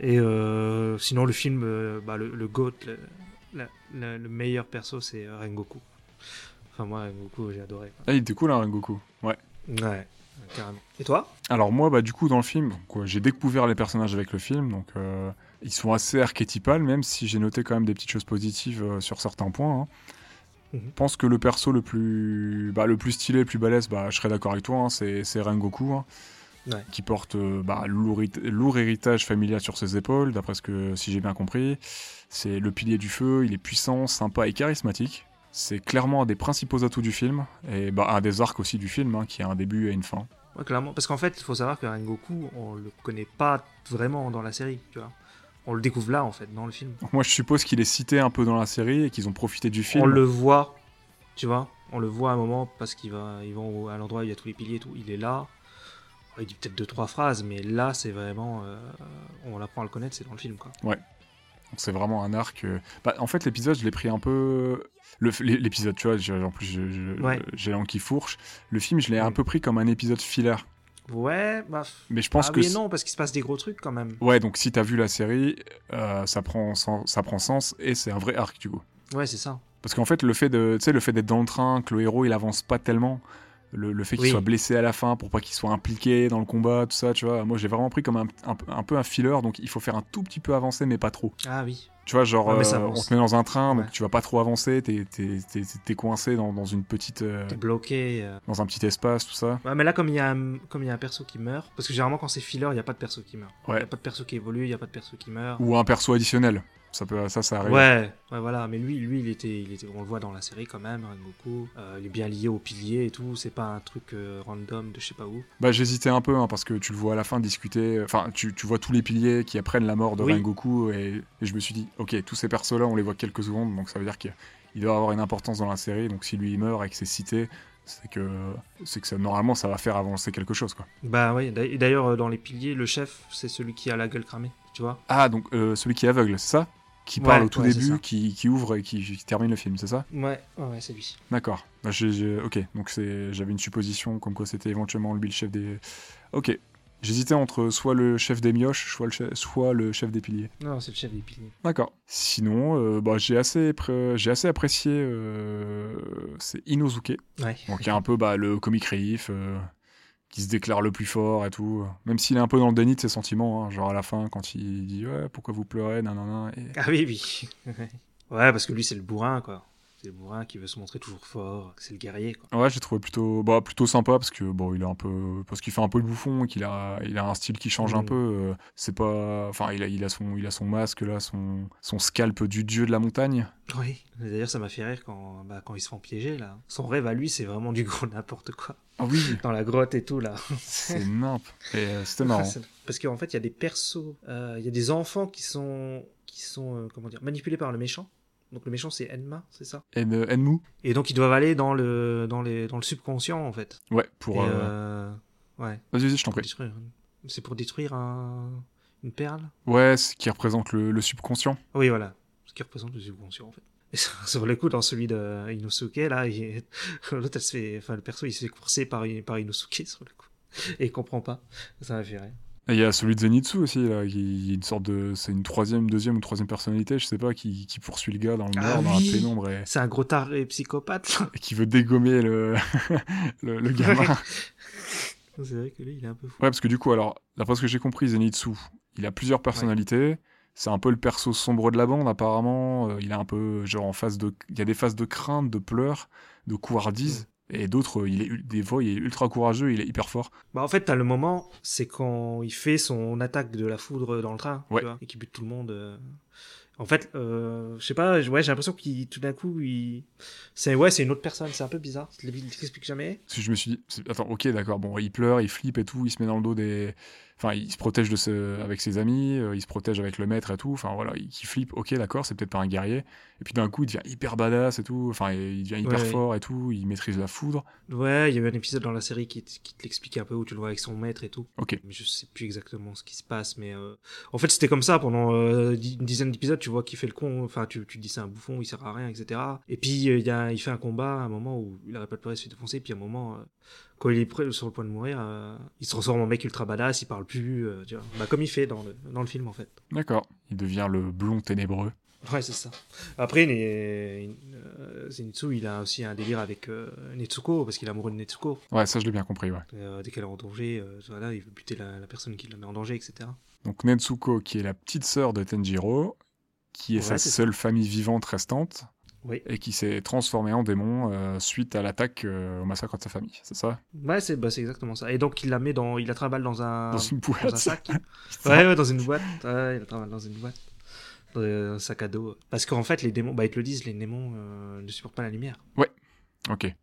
S2: Et euh, sinon, le film, euh, bah, le, le GOAT, le, la- la- le meilleur perso, c'est euh, Rengoku. Enfin, moi, Rengoku, j'ai adoré. quoi.
S1: Ah, il était cool, hein, Rengoku. Ouais.
S2: Ouais, carrément. Et toi
S1: Alors moi, bah, du coup, dans le film, donc, ouais, j'ai découvert les personnages avec le film, donc euh, ils sont assez archétypales, même si j'ai noté quand même des petites choses positives euh, sur certains points. hein.
S2: Mhm.
S1: Je pense que le perso le plus, bah, le plus stylé, le plus balèze, bah, je serais d'accord avec toi, hein, c'est c'est Rengoku, hein,
S2: Ouais.
S1: qui porte euh, bah, lourd, hérit- lourd héritage familial sur ses épaules, d'après ce que si j'ai bien compris. C'est le pilier du feu, il est puissant, sympa et charismatique. C'est clairement un des principaux atouts du film, et bah, un des arcs aussi du film, hein, qui a un début et une fin.
S2: Ouais, clairement. Parce qu'en fait, il faut savoir que Rengoku, on le connaît pas vraiment dans la série, tu vois. On le découvre là, en fait, dans le film.
S1: Moi, je suppose qu'il est cité un peu dans la série et qu'ils ont profité du film.
S2: On le voit, tu vois. On le voit à un moment parce qu'ils va, ils vont au- à l'endroit où il y a tous les piliers et tout. Il est là. Il dit peut-être deux, trois phrases, mais là, c'est vraiment. euh, on l'apprend à le connaître, c'est dans le film, quoi.
S1: Donc, c'est vraiment un arc. euh, bah, en fait, l'épisode, je l'ai pris un peu. le f- l'é- L'épisode, tu vois, j'ai- en plus, je- je-
S2: Ouais.
S1: j'ai l'an qui fourche. Le film, je l'ai un
S2: Mm.
S1: peu pris comme un épisode filler.
S2: Ouais, bah. f-
S1: Mais je pense
S2: ah
S1: que.
S2: oui et
S1: si-
S2: non, parce qu'il se passe des gros trucs quand même.
S1: Ouais, donc si t'as vu la série, euh, ça, prend sens, ça prend sens et c'est un vrai arc, du coup.
S2: Ouais, c'est ça.
S1: Parce qu'en fait, le fait de- tu sais, le fait d'être dans le train, que le héros, il avance pas tellement. Le, le fait qu'il
S2: Oui.
S1: soit blessé à la fin pour pas qu'il soit impliqué dans le combat, tout ça, tu vois. Moi, j'ai vraiment pris comme un, un- un peu un filler, donc il faut faire un tout petit peu avancer, mais pas trop.
S2: Ah oui.
S1: Tu vois, genre,
S2: Ouais, mais ça
S1: euh, on
S2: avance.
S1: te met dans un train, donc
S2: Ouais.
S1: tu vas pas trop avancer, t'es, t'es- t'es- t'es coincé dans, dans une petite, euh,
S2: T'es bloqué. euh.
S1: dans un petit espace, tout ça.
S2: Ouais, mais là, comme il y, a un- comme il y a un perso qui meurt, parce que généralement, quand c'est filler, il n'y a pas de perso qui meurt. Il
S1: Ouais.
S2: n'y a pas de perso qui évolue, il n'y a pas de perso qui meurt.
S1: Ou un perso additionnel. Ça peut, ça, ça arrive.
S2: Ouais, ouais, voilà. Mais lui, lui, il était, il était, on le voit dans la série quand même, Rengoku. Euh, il est bien lié au pilier et tout. C'est pas un truc euh, random de je sais pas où.
S1: Bah, j'hésitais un peu, hein, parce que tu le vois à la fin discuter. Enfin, tu, tu vois tous les piliers qui apprennent la mort de
S2: Oui.
S1: Rengoku, et, et je me suis dit, ok, tous ces persos-là, on les voit quelques secondes, donc ça veut dire qu'il il doit avoir une importance dans la série. Donc si lui il meurt et que c'est cité, c'est que, c'est que ça, normalement, ça va faire avancer quelque chose, quoi.
S2: Bah ouais. d'a- et D'ailleurs, euh, dans les piliers, le chef, c'est celui qui a la gueule cramée. Tu vois
S1: Ah, donc euh, celui qui est aveugle, c'est ça Qui parle
S2: Ouais,
S1: au tout
S2: ouais, c'est ça.
S1: début, qui, qui ouvre et qui- qui termine le film, c'est ça
S2: Ouais, ouais, ouais, c'est lui.
S1: D'accord. Bah, j'ai- j'ai- Ok, donc c'est- j'avais une supposition comme quoi c'était éventuellement lui le chef des. Ok. J'hésitais entre soit le chef des mioches, soit le chef, soit le chef des piliers.
S2: Non, c'est le chef des piliers.
S1: D'accord. Sinon, euh, bah, j'ai assez, pré- j'ai assez apprécié. euh, C'est Inosuke,
S2: Ouais.
S1: donc qui est un peu bah, le comic relief, euh, qui se déclare le plus fort et tout. Même s'il est un peu dans le déni de ses sentiments, hein, genre à la fin quand il dit ouais pourquoi vous pleurez, nanana. Et...
S2: Ah oui, oui. ouais, parce que lui, c'est le bourrin, quoi. C'est le bourrin qui veut se montrer toujours fort. C'est le guerrier, quoi.
S1: Ouais, j'ai trouvé plutôt, bah, plutôt sympa parce que bon, il est un peu, parce qu'il fait un peu le bouffon, qu'il a, il a un style qui change un
S2: Mm.
S1: peu. euh, c'est pas, enfin, il a, il a son, il a son masque là, son, son scalp du dieu de la montagne.
S2: Oui. D'ailleurs, ça m'a fait rire quand, bah, quand ils se font piéger, là. Son rêve à lui, c'est vraiment du gros n'importe quoi.
S1: Ah oui,
S2: Dans la grotte et tout, là.
S1: c'est nimp. Et euh, c'était marrant.
S2: C'est- Parce qu'en fait, il y a des persos, euh, il y a des enfants qui sont, qui sont euh, comment dire, manipulés par le méchant. Donc le méchant, c'est Enma, c'est ça
S1: Et de- Enmu,
S2: Et donc ils doivent aller dans le, dans les, dans le subconscient, en fait.
S1: ouais,
S2: Et,
S1: pour. euh,
S2: euh, ouais,
S1: Vas-y, vas-y, je t'en
S2: pour
S1: prie.
S2: détruire. C'est pour détruire un- une perle Ah
S1: Ouais, ce qui représente le, le subconscient.
S2: Oui, voilà. Ce qui représente le subconscient, en fait. Et sur- sur le coup, dans celui de Inosuke, là, il- l'autre, elle se fait, enfin, le perso, il se fait courser par, par Inosuke sur le coup. Et il comprend pas. Ça m'a fait rire.
S1: Et il y a celui de Zenitsu aussi, là, qui est une sorte de. C'est une troisième, deuxième ou troisième personnalité, je sais pas, qui, qui poursuit le gars dans le
S2: Ah
S1: nord, dans
S2: oui.
S1: la pénombre, et,
S2: C'est un gros taré psychopathe. là.
S1: et qui veut dégommer le, le, le gamin.
S2: Ouais.
S1: Ouais,
S2: C'est vrai que lui, il est un peu fou.
S1: parce que du coup, alors, d'après ce que j'ai compris, Zenitsu, il a plusieurs personnalités. C'est un peu le perso sombre de la bande, apparemment. Euh, il a un peu, genre, en phase de. Il y a des phases de crainte, de pleurs, de couardise. Et d'autres, euh, il est, ul- des fois, il est ultra courageux, il est hyper fort.
S2: Bah, en fait, t'as le moment, c'est quand il fait son attaque de la foudre dans le train, tu
S1: Ouais.
S2: vois, et qui bute tout le monde. euh. En fait, euh, je sais pas, j- ouais, j'ai l'impression qu'il, tout d'un coup, il... c'est ouais, c'est une autre personne, c'est un peu bizarre. Il il t'explique jamais.
S1: Parce que je me suis dit, c'est- attends, ok, d'accord, bon, il pleure, il flippe et tout, il se met dans le dos des. Enfin, il se protège de ce... avec ses amis, euh, il se protège avec le maître et tout, enfin voilà, il, il flippe, ok, d'accord, c'est peut-être pas un guerrier. Et puis d'un coup, il devient hyper badass et tout, enfin, il devient hyper
S2: Ouais, ouais.
S1: fort et tout, il maîtrise la foudre.
S2: Ouais, il y a eu un épisode dans la série qui, t- qui te l'expliquait un peu où tu le vois avec son maître et tout.
S1: Ok.
S2: Mais je sais plus exactement ce qui se passe, mais euh, en fait c'était comme ça pendant euh, di- une dizaine d'épisodes. Tu vois qu'il fait le con, enfin tu, tu te dis c'est un bouffon, il sert à rien, etc. Et puis euh, il y a, il fait un combat à un moment où il arrête pas de pleurer, il se fait défoncer. Puis à un moment, euh, quand il est prêt, sur le point de mourir, euh, il se transforme en mec ultra badass, il parle plus, euh, tu vois. Bah comme il fait dans le, dans le film en fait.
S1: D'accord. Il devient le blond ténébreux.
S2: Ouais, c'est ça. Après, né- euh, Zenitsu, il a aussi un délire avec euh, Netsuko, parce qu'il est amoureux de Netsuko.
S1: Ouais, ça, je l'ai bien compris, ouais.
S2: Euh, dès qu'elle est en danger, euh, voilà, il veut buter la, la personne qui la met en danger, etc.
S1: Donc Netsuko, qui est la petite sœur de Tenjiro, qui est
S2: Ouais,
S1: sa
S2: c'est ça.
S1: seule famille vivante restante,
S2: Oui.
S1: et qui s'est transformée en démon euh, suite à l'attaque euh, au massacre de sa famille, c'est ça
S2: Ouais, c'est bah, c'est exactement ça. Et donc, il la met dans. Il la trimballe dans un.
S1: Dans une
S2: dans un
S1: boîte.
S2: sac. ouais, ouais, dans une boîte. Ouais, il la trimballe dans une boîte. Dans euh, un sac à dos. Parce qu'en fait, les démons, bah, ils te le disent, les démons euh, ne supportent pas la lumière.
S1: Ok.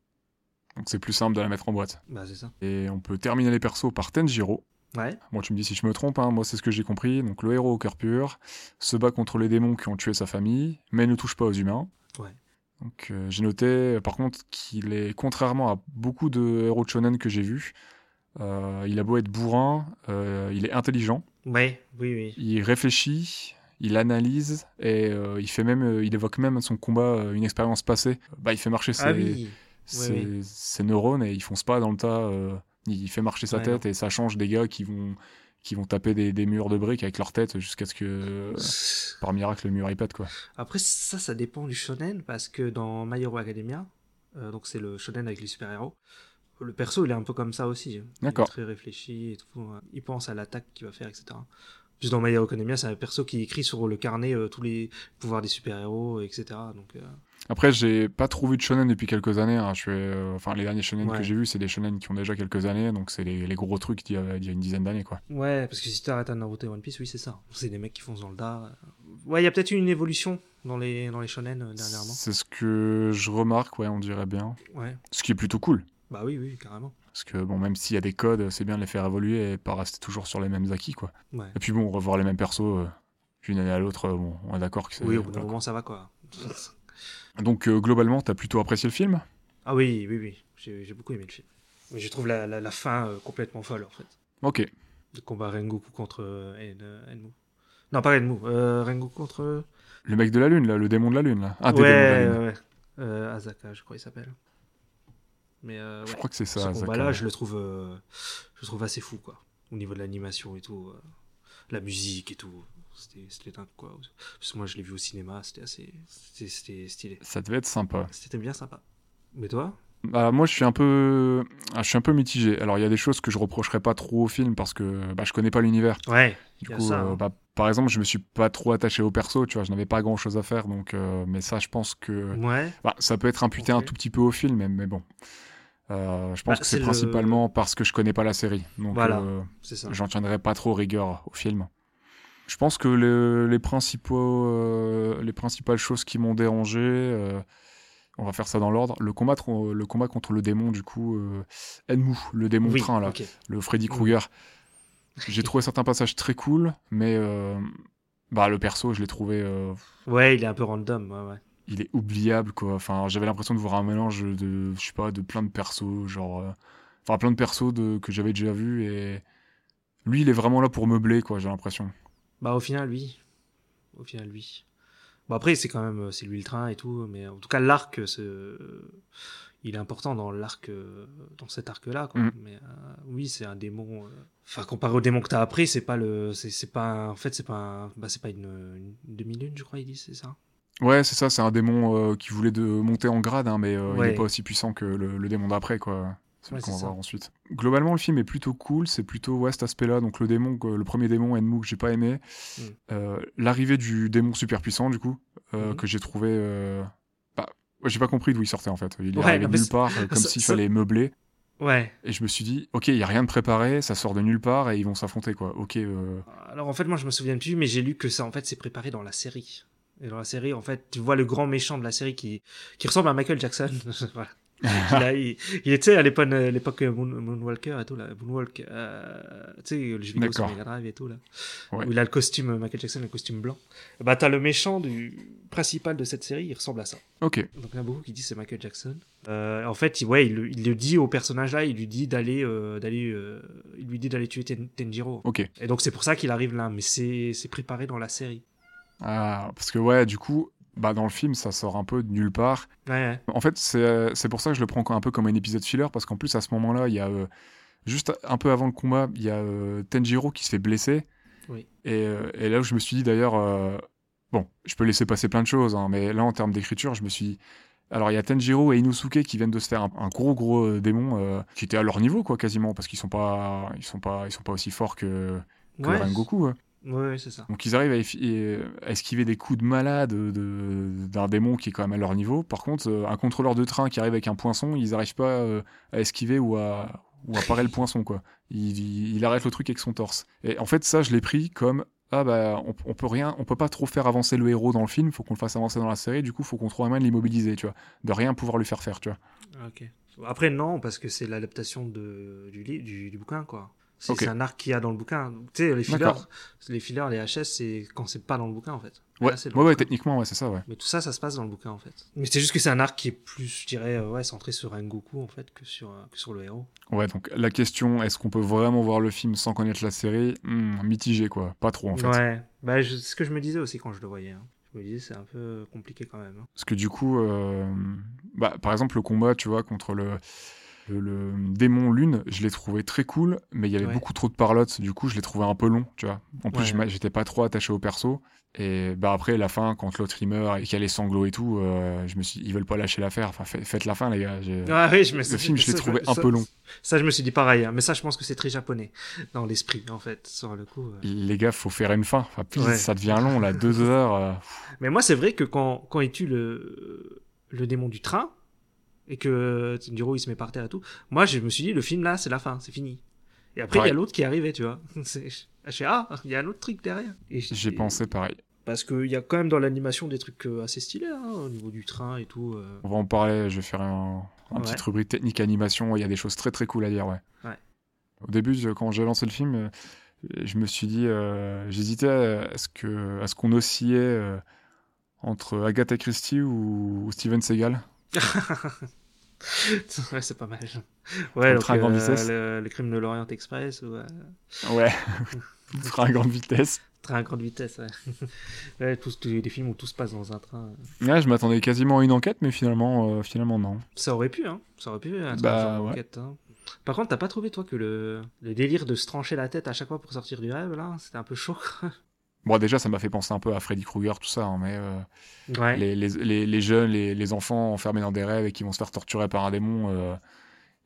S1: Donc c'est plus simple de la mettre en boîte.
S2: Bah, c'est ça.
S1: Et on peut terminer les persos par Tenjiro.
S2: Ouais.
S1: Bon, tu me dis si je me trompe, hein, moi c'est ce que j'ai compris. Donc le héros au cœur pur se bat contre les démons qui ont tué sa famille, mais ne touche pas aux humains.
S2: Ouais.
S1: Donc euh, j'ai noté euh, par contre qu'il est, contrairement à beaucoup de héros de shonen que j'ai vus, euh, il a beau être bourrin, euh, il est intelligent,
S2: Ouais, oui, oui.
S1: il réfléchit, il analyse et euh, il fait même, euh, il évoque même son combat, euh, une expérience passée. Bah il fait marcher ses,
S2: Ah oui.
S1: ses,
S2: Ouais,
S1: ses neurones et ils foncent pas dans le tas. euh, il fait marcher sa
S2: Ouais,
S1: tête et ça change des gars qui vont, qui vont taper des, des murs de briques avec leur tête jusqu'à ce que, euh, par miracle, le mur y pète. Quoi.
S2: Après, ça, ça dépend du shonen, parce que dans My Hero Academia, euh, donc c'est le shonen avec les super-héros, le perso, il est un peu comme ça aussi.
S1: D'accord.
S2: Il est très réfléchi et tout. hein. Il pense à l'attaque qu'il va faire, etc. Juste dans My Hero Academia, c'est un perso qui écrit sur le carnet euh, tous les pouvoirs des super-héros, etc. Donc, euh,
S1: Après, j'ai pas trouvé de shonen depuis quelques années. hein. Je suis, euh, enfin, les derniers shonen
S2: Ouais.
S1: que j'ai vus, c'est des shonen qui ont déjà quelques années, donc c'est les, les gros trucs d'il y, a- d'il y a une dizaine d'années. quoi.
S2: Ouais, parce que si t'arrêtes à Naruto et One Piece, oui, c'est ça. C'est des mecs qui foncent dans le dard. Ouais, il y a peut-être eu une évolution dans les, dans les shonen euh, dernièrement.
S1: C'est ce que je remarque, ouais, on dirait bien.
S2: Ouais.
S1: Ce qui est plutôt cool.
S2: Bah oui, oui, carrément.
S1: Parce que, bon, même s'il y a des codes, c'est bien de les faire évoluer et pas rester toujours sur les mêmes acquis. quoi.
S2: Ouais.
S1: Et puis bon, revoir les mêmes persos euh, d'une année à l'autre, euh, bon, on est d'accord que c'est.
S2: Oui, au bout d'un
S1: voilà,
S2: moment, ça va, quoi.
S1: quoi. Donc euh, globalement, t'as plutôt apprécié le film
S2: Ah oui, oui, oui, j'ai j'ai beaucoup aimé le film. Mais je trouve la, la, la fin euh, complètement folle, en fait.
S1: Ok.
S2: Le combat Rengoku contre euh, En- euh, Enmu. Non, pas Enmu, euh, Rengoku contre...
S1: Le mec de la lune, là, le démon de la lune, là. Un des
S2: ouais,
S1: démons de la lune.
S2: ouais, ouais. Euh, Asaka, je crois il s'appelle. Mais euh,
S1: Je
S2: ouais,
S1: crois que c'est
S2: ce
S1: ça. Zaka.
S2: combat-là, je le trouve, euh, je le trouve assez fou, quoi. Au niveau de l'animation et tout, euh, la musique et tout, c'était c'était dingue, quoi. Parce que moi, je l'ai vu au cinéma, c'était assez... c'était- C'était stylé.
S1: Ça devait être sympa.
S2: C'était bien sympa. Mais toi
S1: Bah, moi, je suis un peu, ah, je suis un peu mitigé. Alors, il y a des choses que je reprocherais pas trop au film parce que bah, je connais pas l'univers.
S2: Ouais,
S1: Du
S2: y a
S1: coup,
S2: ça,
S1: euh,
S2: hein.
S1: bah, par exemple, je me suis pas trop attaché au perso. Tu vois, je n'avais pas grand chose à faire. Donc, euh, mais ça, je pense que
S2: ouais.
S1: bah, ça peut être imputé un
S2: Ok.
S1: tout petit peu au film, mais, mais bon. Euh, je pense
S2: Bah,
S1: que
S2: c'est
S1: c'est
S2: le-
S1: principalement parce que je connais pas la série. Donc,
S2: Voilà.
S1: euh,
S2: C'est ça.
S1: j'en tiendrai pas trop rigueur au film. Je pense que le- les, principaux, euh, les principales choses qui m'ont dérangé, euh, on va faire ça dans l'ordre, le combat, tro- le combat contre le démon, du coup, euh, Edmou, le démon
S2: Oui,
S1: train, là,
S2: ok. Mm.
S1: le Freddy Krueger. J'ai trouvé certains passages très cool, mais euh, bah, le perso, je l'ai trouvé, euh,
S2: Ouais, il est un peu random, ouais, ouais.
S1: il est oubliable, quoi. Enfin, j'avais l'impression de voir un mélange de, je sais pas, de plein de persos, genre... euh, Enfin, plein de persos de, que j'avais déjà vus, et... Lui, il est vraiment là pour meubler, quoi, j'ai l'impression.
S2: Bah au final, lui. Au final, lui. Bon, après, c'est quand même, c'est lui le train et tout, mais en tout cas, l'arc, c'est, euh, il est important dans l'arc, euh, dans cet arc-là, quoi.
S1: Mhm.
S2: Mais euh, oui, c'est un démon. euh, Enfin, comparé au démon que t'as appris, c'est pas le, c'est, c'est pas, un- en fait, c'est pas, un- bah, c'est pas une, une demi-lune, je crois, il dit, c'est ça.
S1: Ouais, c'est ça, c'est un démon euh, qui voulait de monter en grade, hein, mais euh, il
S2: Ouais.
S1: est pas aussi puissant que le, le démon d'après, quoi. Celui
S2: Ouais,
S1: qu'on va
S2: c'est ça.
S1: voir ensuite. Globalement, le film est plutôt cool, c'est plutôt ouais, cet aspect-là. Donc, le démon, que- le premier démon, Enmu, que j'ai pas aimé.
S2: Mm.
S1: Euh, L'arrivée du démon super puissant, du coup, euh,
S2: Mhm.
S1: que j'ai trouvé. euh, Bah, ouais, j'ai pas compris d'où il sortait en fait. Il est
S2: Ouais,
S1: arrivé
S2: non,
S1: de
S2: mais
S1: nulle
S2: c'est-
S1: part, euh, comme
S2: ça-
S1: s'il
S2: ça-
S1: fallait meubler.
S2: Ouais.
S1: Et je me suis dit, ok, il y a rien de préparé, ça sort de nulle part et ils vont s'affronter, quoi. Ok, euh,
S2: Alors en fait, moi je me souviens plus, mais j'ai lu que ça en fait c'est préparé dans la série. Et dans la série, en fait, tu vois le grand méchant de la série qui, qui ressemble à Michael Jackson. voilà. il, a- il, il était à l'époque, euh, l'époque Moon- Moonwalker et tout, là. Moonwalk, euh, tu sais, le jeu vidéo sur
S1: D'accord.
S2: Mega Drive et tout, là.
S1: Ouais.
S2: Où il a le costume, euh, Michael Jackson, le costume blanc. Et bah, t'as le méchant du principal de cette série, il ressemble à ça.
S1: ok.
S2: Donc il y en a beaucoup qui disent c'est Michael Jackson. Euh, en fait, il- ouais, il, le- il le dit au personnage là, il lui dit d'aller, euh, d'aller, euh, il lui dit d'aller tuer Ten- Tenjiro.
S1: Ok.
S2: Et donc c'est pour ça qu'il arrive là, mais c'est c'est préparé dans la série.
S1: Ah, parce que ouais, du coup, bah dans le film, ça sort un peu de nulle part.
S2: Ouais, ouais.
S1: En fait, c'est euh, c'est pour ça que je le prends un peu comme un épisode filler, parce qu'en plus, à ce moment-là, il y a. euh, juste un peu avant le combat, il y a euh, Tenjiro qui se fait blesser.
S2: Oui.
S1: Et, euh, et là où je me suis dit d'ailleurs. euh, bon, je peux laisser passer plein de choses, hein, mais là, en termes d'écriture, je me suis dit. Alors, il y a Tenjiro et Inosuke qui viennent de se faire un, un gros, gros euh, démon euh, qui était à leur niveau, quoi, quasiment, parce qu'ils sont pas, ils sont pas, ils sont pas aussi forts que, que
S2: ouais.
S1: Rengoku. hein.
S2: Ouais, ouais, c'est ça.
S1: Donc ils arrivent à, effi- et, euh, à esquiver des coups de malade euh, de- d'un démon qui est quand même à leur niveau. Par contre, euh, un contrôleur de train qui arrive avec un poinçon, ils n'arrivent pas euh, à esquiver ou à, ou à parer le poinçon. quoi. Il, il- il arrête le truc avec son torse. Et en fait, ça, je l'ai pris comme ah bah on, on peut rien, on peut pas trop faire avancer le héros dans le film. Faut qu'on le fasse avancer dans la série. Du coup, faut qu'on trouve un moyen de l'immobiliser, tu vois, de rien pouvoir lui faire faire, tu vois.
S2: Ok. Après non, parce que c'est l'adaptation de du, li- du du bouquin quoi. C'est
S1: Ok.
S2: c'est un arc qu'il y a dans le bouquin. Tu sais, les fillers,
S1: D'accord.
S2: les fillers, les HS, c'est quand c'est pas dans le bouquin en fait. Mais
S1: Ouais,
S2: là, c'est dans
S1: ouais,
S2: le
S1: ouais,
S2: bouquin.
S1: techniquement, ouais, c'est ça, ouais.
S2: Mais tout ça, ça se passe dans le bouquin en fait. Mais c'est juste que c'est un arc qui est plus, je dirais, euh, ouais, centré sur Rengoku en fait que sur, euh, que sur le héros.
S1: Ouais, donc la question, est-ce qu'on peut vraiment voir le film sans connaître la série Hmm, Mitigé, quoi. Pas trop, en fait.
S2: Ouais, bah, je- c'est ce que je me disais aussi quand je le voyais. hein. Je me disais, c'est un peu compliqué quand même. hein.
S1: Parce que du coup, euh, bah, par exemple, le combat, tu vois, contre le, le, le démon lune, je l'ai trouvé très cool, mais il y avait
S2: Ouais.
S1: beaucoup trop de parlotte. Du coup, je l'ai trouvé un peu long, tu vois. En plus,
S2: Ouais.
S1: je m'a- j'étais pas trop attaché au perso. Et bah après, la fin, quand l'autre il meurt et qu'il y a les sanglots et tout, euh, je me suis, ils veulent pas lâcher l'affaire. Enfin, fait- faites la fin, les gars. j'ai-
S2: Ah oui, je me
S1: Le film, je l'ai
S2: ça,
S1: trouvé
S2: ça-
S1: un peu long.
S2: Ça, je me suis dit pareil, hein. mais ça, je pense que c'est très japonais dans l'esprit, en fait, sur le coup. euh.
S1: Les gars, faut faire une fin. Enfin, please,
S2: Ouais.
S1: ça devient long, là, deux heures. euh,
S2: Mais moi, c'est vrai que quand, quand il tue le, le démon du train, et que Tindiro, il se met par terre et tout, moi, je me suis dit, le film, là, c'est la fin, c'est fini. Et après, il y
S1: Pareil.
S2: a l'autre qui est arrivé, tu vois. C'est- Je fais, ah, il y a un autre truc derrière. Et
S1: J'ai pensé pareil.
S2: Parce qu'il y a quand même dans l'animation des trucs euh, assez stylés, hein, au niveau du train et tout. euh.
S1: On va en parler, je vais faire un, un
S2: Ouais.
S1: petit rubrique technique animation, il y a des choses très très cool à dire, ouais.
S2: Ouais.
S1: Au début, je- quand j'ai lancé le film, euh, je me suis dit, euh, j'hésitais à à ce que- à ce qu'on oscillait euh, entre Agatha Christie ou, ou Steven Seagal.
S2: ouais, c'est pas mal. Ouais,
S1: Le
S2: donc,
S1: train à grande
S2: euh,
S1: vitesse.
S2: Le, le crime de l'Orient Express, ou, euh,
S1: Ouais, Train à grande vitesse.
S2: train à grande vitesse, ouais. ouais tous, tous les films où tout se passe dans un train.
S1: Ouais, je m'attendais quasiment à une enquête, mais finalement, euh, finalement non.
S2: Ça aurait pu, hein. Ça aurait pu, un train
S1: Bah,
S2: genre
S1: ouais.
S2: d'enquête, hein. Par contre, t'as pas trouvé, toi, que le, le délire de se trancher la tête à chaque fois pour sortir du rêve, là, c'était un peu chaud. quoi.
S1: Bon, déjà, ça m'a fait penser un peu à Freddy Krueger, tout ça, hein, mais euh,
S2: ouais.
S1: les, les- les- les jeunes, les, les enfants enfermés dans des rêves et qui vont se faire torturer par un démon euh,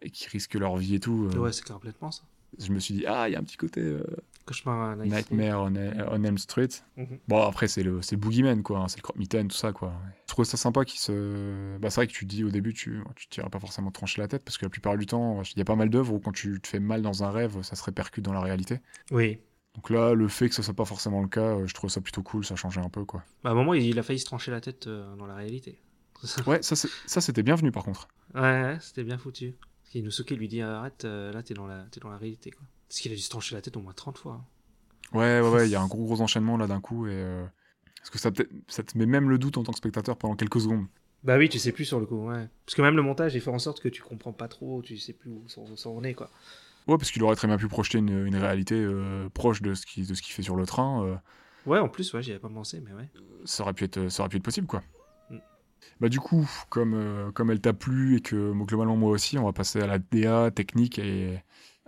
S1: et qui risquent leur vie et tout. euh,
S2: Ouais, c'est complètement ça.
S1: je me suis dit ah il y a un petit côté euh,
S2: Cauchemar à Night Street.
S1: Nightmare on, on Elm Street
S2: Mhm.
S1: bon après c'est le c'est Boogeyman quoi hein, c'est le Croque-Mitaine tout ça quoi je trouvais ça sympa qui se bah c'est vrai que tu dis au début tu tu t'iras pas forcément trancher la tête parce que la plupart du temps il y a pas mal d'œuvres où quand tu te fais mal dans un rêve ça se répercute dans la réalité
S2: Oui.
S1: donc là le fait que ce soit pas forcément le cas euh, je trouve ça plutôt cool ça changeait un peu quoi
S2: Bah, à un moment, il a failli se trancher la tête euh, dans la réalité.
S1: ouais ça c'est- ça c'était bienvenu par contre
S2: Ouais, ouais, c'était bien foutu. Parce qu'Inosuke lui dit arrête, euh, là t'es dans, la... t'es dans la réalité quoi. Parce qu'il a dû se trancher la tête au moins 30 fois. hein.
S1: ouais ouais ouais il y a un gros gros enchaînement là d'un coup et euh, parce que ça peut-être ça te met même le doute en tant que spectateur pendant quelques secondes
S2: Bah oui, tu sais plus sur le coup, ouais. Parce que même le montage, il fait en sorte que tu comprends pas trop, tu sais plus où s'en s'en on est quoi.
S1: Ouais, parce qu'il aurait très bien pu projeter une, une réalité euh, proche de ce qui de ce qu'il fait sur le train. euh,
S2: Ouais, en plus, ouais, j'y avais pas pensé, mais ouais.
S1: ça aurait pu être, ça aurait pu être possible, quoi.
S2: Mm.
S1: Bah du coup, comme, euh, comme elle t'a plu et que moi, globalement moi aussi, on va passer à la DA, technique et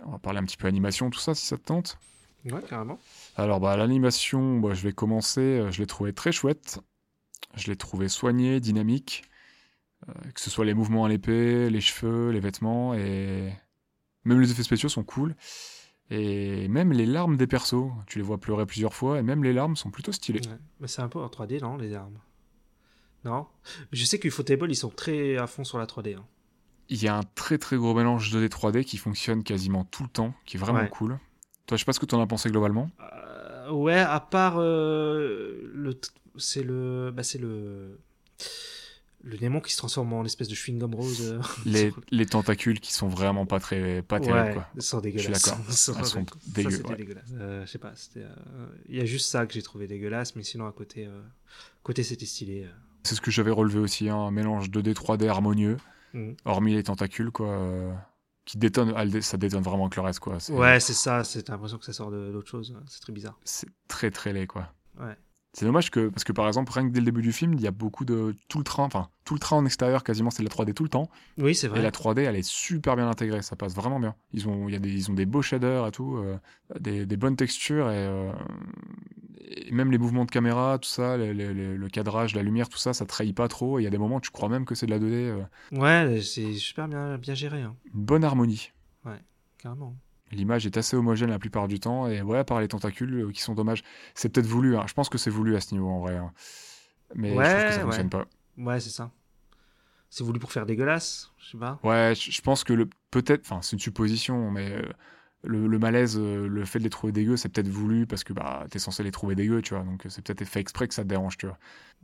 S1: on va parler un petit peu animation, tout ça, si ça te tente.
S2: Ouais, carrément.
S1: Alors bah l'animation, bah, je vais commencer, euh, je l'ai trouvé très chouette, je l'ai trouvé soigné, dynamique, euh, que ce soit les mouvements à l'épée, les cheveux, les vêtements, et même les effets spéciaux sont cool, et même les larmes des persos, tu les vois pleurer plusieurs fois, et même les larmes sont plutôt stylées.
S2: Ouais. Mais c'est un peu en 3D, non, les armes Non Je sais qu'Ufotable, ils sont très à fond sur la 3D. hein.
S1: il y a un très très gros mélange 2D 3D qui fonctionne quasiment tout le temps, qui est vraiment
S2: Ouais.
S1: cool. Toi, je sais pas ce que t'en as pensé globalement.
S2: Euh, ouais, à part euh, le, t- c'est le, bah c'est le, le démon qui se transforme en espèce de chewing-gum rose. euh,
S1: Les, les tentacules qui sont vraiment pas très pas terribles
S2: ouais,
S1: quoi.
S2: ils sont dégueulasses.
S1: d'accord.
S2: Ils sont-
S1: Elles sont
S2: ouais,
S1: dégueu,
S2: Ça, c'était
S1: ouais.
S2: dégueulasse. Euh, je sais pas, c'était. euh, Il y a juste ça que j'ai trouvé dégueulasse, mais sinon à côté, euh, côté c'était stylé. euh.
S1: C'est ce que j'avais relevé aussi, hein, un mélange 2D 3D harmonieux,
S2: Mhm.
S1: hormis les tentacules quoi, euh, qui détonne, ça détonne vraiment que le reste quoi. C'est-
S2: Ouais, c'est ça. C'est t'as l'impression que ça sort de d'autre chose. ouais, C'est très bizarre.
S1: C'est très très laid quoi.
S2: Ouais.
S1: C'est dommage que parce que par exemple rien que dès le début du film, il y a beaucoup de tout le train, enfin tout le train en extérieur quasiment c'est de la 3D tout le temps.
S2: Oui, c'est vrai.
S1: Et la 3D, elle est super bien intégrée, ça passe vraiment bien. Ils ont, il y a des, ils ont des beaux shaders et tout, euh, des, des bonnes textures et, euh, et même les mouvements de caméra, tout ça, le, le- le- le cadrage, la lumière, tout ça, ça trahit pas trop. Et il y a des moments où tu crois même que c'est de la 2D. euh,
S2: Ouais, c'est super bien, bien géré, hein,
S1: une bonne harmonie.
S2: carrément.
S1: L'image est assez homogène la plupart du temps et ouais, à part les tentacules euh, qui sont dommages, c'est peut-être voulu. hein, Je pense que c'est voulu à ce niveau en vrai. hein. Mais je trouve que
S2: Ouais,
S1: ça
S2: ouais.
S1: fonctionne pas.
S2: Ouais, c'est ça. C'est voulu pour faire dégueulasse, je sais pas.
S1: Ouais, je je pense que le peut-être, enfin c'est une supposition, mais euh, le, le malaise, euh, le fait de les trouver dégueux, c'est peut-être voulu parce que bah t'es censé les trouver dégueux, tu vois. Donc euh, c'est peut-être fait exprès que ça te dérange, tu vois,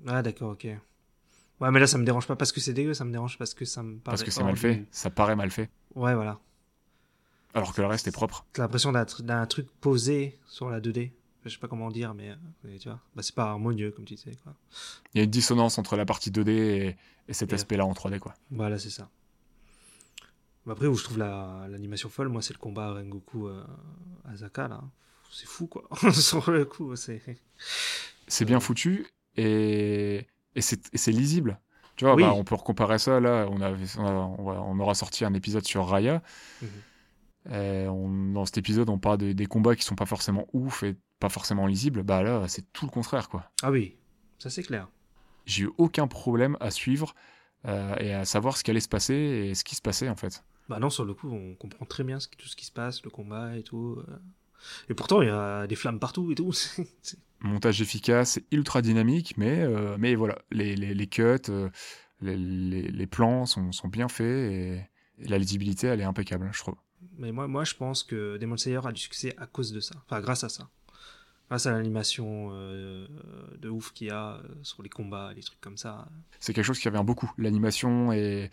S2: Ah, d'accord, ok. Ouais, mais là, ça me dérange pas parce que c'est dégueu, ça me dérange parce que ça me paraît.
S1: parce que c'est
S2: hors
S1: mal fait,
S2: du-
S1: ça paraît mal fait,
S2: Ouais, voilà.
S1: alors que le reste est propre.
S2: T'as l'impression d'un tr- d'un truc posé sur la 2D. Je sais pas comment dire, mais euh, mais tu vois. Bah, c'est pas harmonieux, comme tu disais, quoi.
S1: Il y a une dissonance entre la partie 2D et, et cet
S2: Yeah.
S1: aspect-là en 3D, quoi.
S2: Voilà, Bah, c'est ça. Mais Après, où je trouve la- l'animation folle, moi, c'est le combat Rengoku euh, Asaka, là. C'est fou, quoi. sur le coup, c'est.
S1: C'est bien foutu et, et c'est et c'est lisible. Tu vois,
S2: Oui.
S1: bah, on peut comparer ça. Là, on, avait- on, a- on va- on aura sorti un épisode sur Raya.
S2: Mhm.
S1: Euh, on- dans cet épisode, on parle des- des combats qui sont pas forcément ouf et pas forcément lisibles. Bah là, c'est tout le contraire, quoi.
S2: Ah oui, ça c'est clair.
S1: J'ai eu aucun problème à suivre euh, et à savoir ce qui allait se passer et ce qui se passait en fait.
S2: Bah non, sur le coup, on comprend très bien ce qui- tout ce qui se passe, le combat et tout. euh. Et pourtant, il y a des flammes partout et tout. c'est- c'est-
S1: Montage efficace, ultra dynamique, mais euh, mais voilà, les, les, les cuts, euh, les, les- les plans sont, sont bien faits et, et la lisibilité, elle est impeccable, je trouve.
S2: Mais moi, moi, je pense que Demon Slayer a du succès à cause de ça. Enfin, grâce à ça. Grâce à l'animation euh, de ouf qu'il y a euh, sur les combats, les trucs comme ça.
S1: c'est quelque chose qui revient beaucoup. L'animation et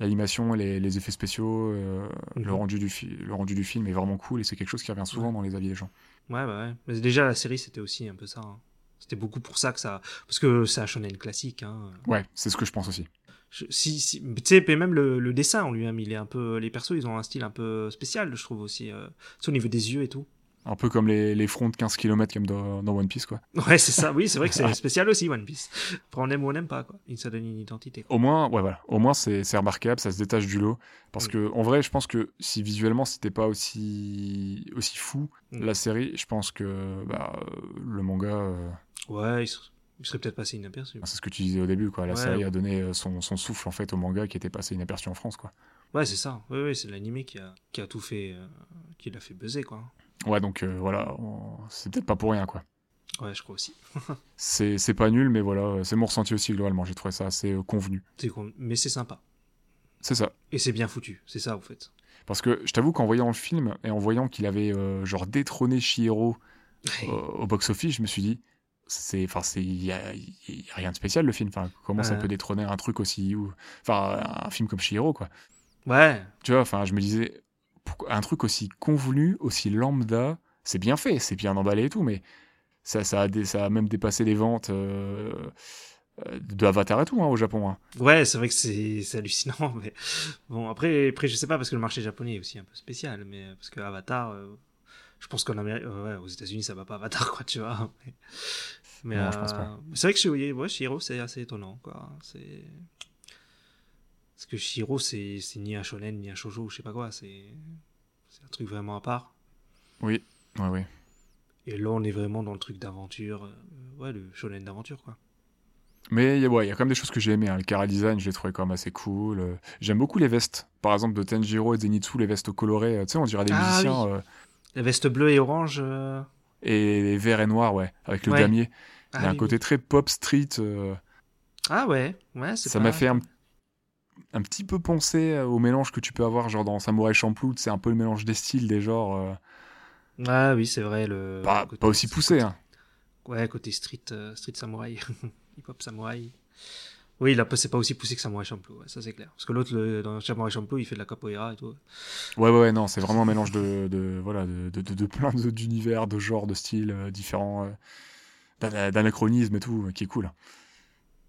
S1: l'animation, les, les effets spéciaux, euh,
S2: Mhm.
S1: le, rendu du fi- le rendu du film est vraiment cool et c'est quelque chose qui revient souvent dans les avis des gens.
S2: Ouais, bah ouais. Mais déjà, la série, c'était aussi un peu ça. hein. C'était beaucoup pour ça que ça. Parce que c'est un shonen classique. Hein.
S1: Ouais, c'est ce que je pense aussi.
S2: Je- si, si, tu sais, puis même le, le dessin en lui-même, il est un peu. Les persos, ils ont un style un peu spécial, je trouve aussi. euh, tu sais, au niveau des yeux et tout.
S1: Un peu comme les, les fronts de 15 km comme dans, dans One Piece, quoi.
S2: Ouais, c'est ça, oui, c'est vrai que c'est spécial aussi One Piece. Après, on aime ou on n'aime pas, quoi. Il se donne une identité. quoi.
S1: Au moins, ouais, voilà. Au moins, c'est c'est remarquable, ça se détache du lot. Parce
S2: Mm.
S1: que, en vrai, je pense que si visuellement, c'était pas aussi, aussi fou,
S2: Mm.
S1: la série, je pense que bah, euh, le manga, euh,
S2: Ouais, il, ser- il serait peut-être passé inaperçu.
S1: c'est ce que tu disais au début, quoi. La
S2: Ouais.
S1: série a donné euh, son, son souffle, en fait, au manga qui était passé inaperçu en France, quoi.
S2: Ouais, c'est ça. Ouais, ouais, c'est l'animé qui a, qui a tout fait, euh, qui l'a fait buzzer, quoi.
S1: Ouais, donc euh, voilà, on- c'est peut-être pas pour rien, quoi.
S2: Ouais, je crois aussi.
S1: C'est c'est pas nul, mais voilà, euh, c'est mon ressenti aussi, globalement. J'ai trouvé ça assez euh, convenu.
S2: C'est con- Mais c'est sympa.
S1: C'est ça.
S2: Et c'est bien foutu, c'est ça, en fait.
S1: Parce que je t'avoue qu'en voyant le film et en voyant qu'il avait euh, genre détrôné Shihiro euh, au box-office, je me suis dit, c'est, enfin, c'est, il y a, il y a rien de spécial le film. Enfin, comment ça
S2: Ouais.
S1: peut détrôner un truc aussi ou, enfin, un film comme Shihiro, quoi.
S2: Ouais,
S1: Tu vois, enfin, je me disais, pourquoi- un truc aussi convenu, aussi lambda, c'est bien fait, c'est bien emballé et tout, mais ça, ça, a, dé- ça a même dépassé les ventes euh, euh, de Avatar et tout hein, au Japon. hein.
S2: ouais, c'est vrai que c'est c'est hallucinant, mais bon, après, après, je sais pas, parce que le marché japonais est aussi un peu spécial, mais euh, parce que Avatar, euh, Je pense qu'en Amérique, euh, ouais, aux États-Unis, ça va pas Avatar, quoi, tu vois. Mais, mais,
S1: Non, je pense
S2: euh,
S1: pas.
S2: C'est vrai que chez, ouais, Shiro, c'est assez étonnant, quoi. C'est. Parce que Shiro, c'est c'est ni un shonen, ni un shoujo, je sais pas quoi. C'est c'est un truc vraiment à part.
S1: Oui, oui, oui.
S2: Et là, on est vraiment dans le truc d'aventure. euh, ouais, le shonen d'aventure, quoi.
S1: Mais il y a- ouais, il y a quand même des choses que j'ai aimées. hein. Le chara design, je l'ai trouvé quand même assez cool. Euh, J'aime beaucoup les vestes. Par exemple, de Tenjiro et Zenitsu, les vestes colorées. euh, Tu sais, on dirait des
S2: Ah,
S1: musiciens.
S2: oui.
S1: euh,
S2: La veste bleue et orange. euh,
S1: et les verts et noirs, ouais, avec le
S2: Ouais.
S1: damier. Il y
S2: ah,
S1: a un
S2: oui,
S1: côté
S2: oui.
S1: très pop street. euh,
S2: Ah ouais, ouais, c'est
S1: ça
S2: pas-
S1: m'a fait un, un petit peu penser euh, au mélange que tu peux avoir genre dans Samurai Champloo. C'est un peu le mélange des styles, des genres. euh,
S2: Ah oui, c'est vrai. Le...
S1: pas,
S2: côté-
S1: pas aussi poussé. hein.
S2: Ouais, côté street, euh, street samouraï, hip-hop samouraï. Oui, là, c'est pas aussi poussé que Samurai Champloo, ouais, ça c'est clair. Parce que l'autre, le- dans Samurai Champloo, il fait de la capoeira et tout.
S1: Ouais, ouais, ouais, non, c'est vraiment un mélange de, de- voilà, de, de, de- de plein de- d'univers, de genres, de styles euh, différents, euh, d'ana- d'anachronismes et tout, euh, qui est cool.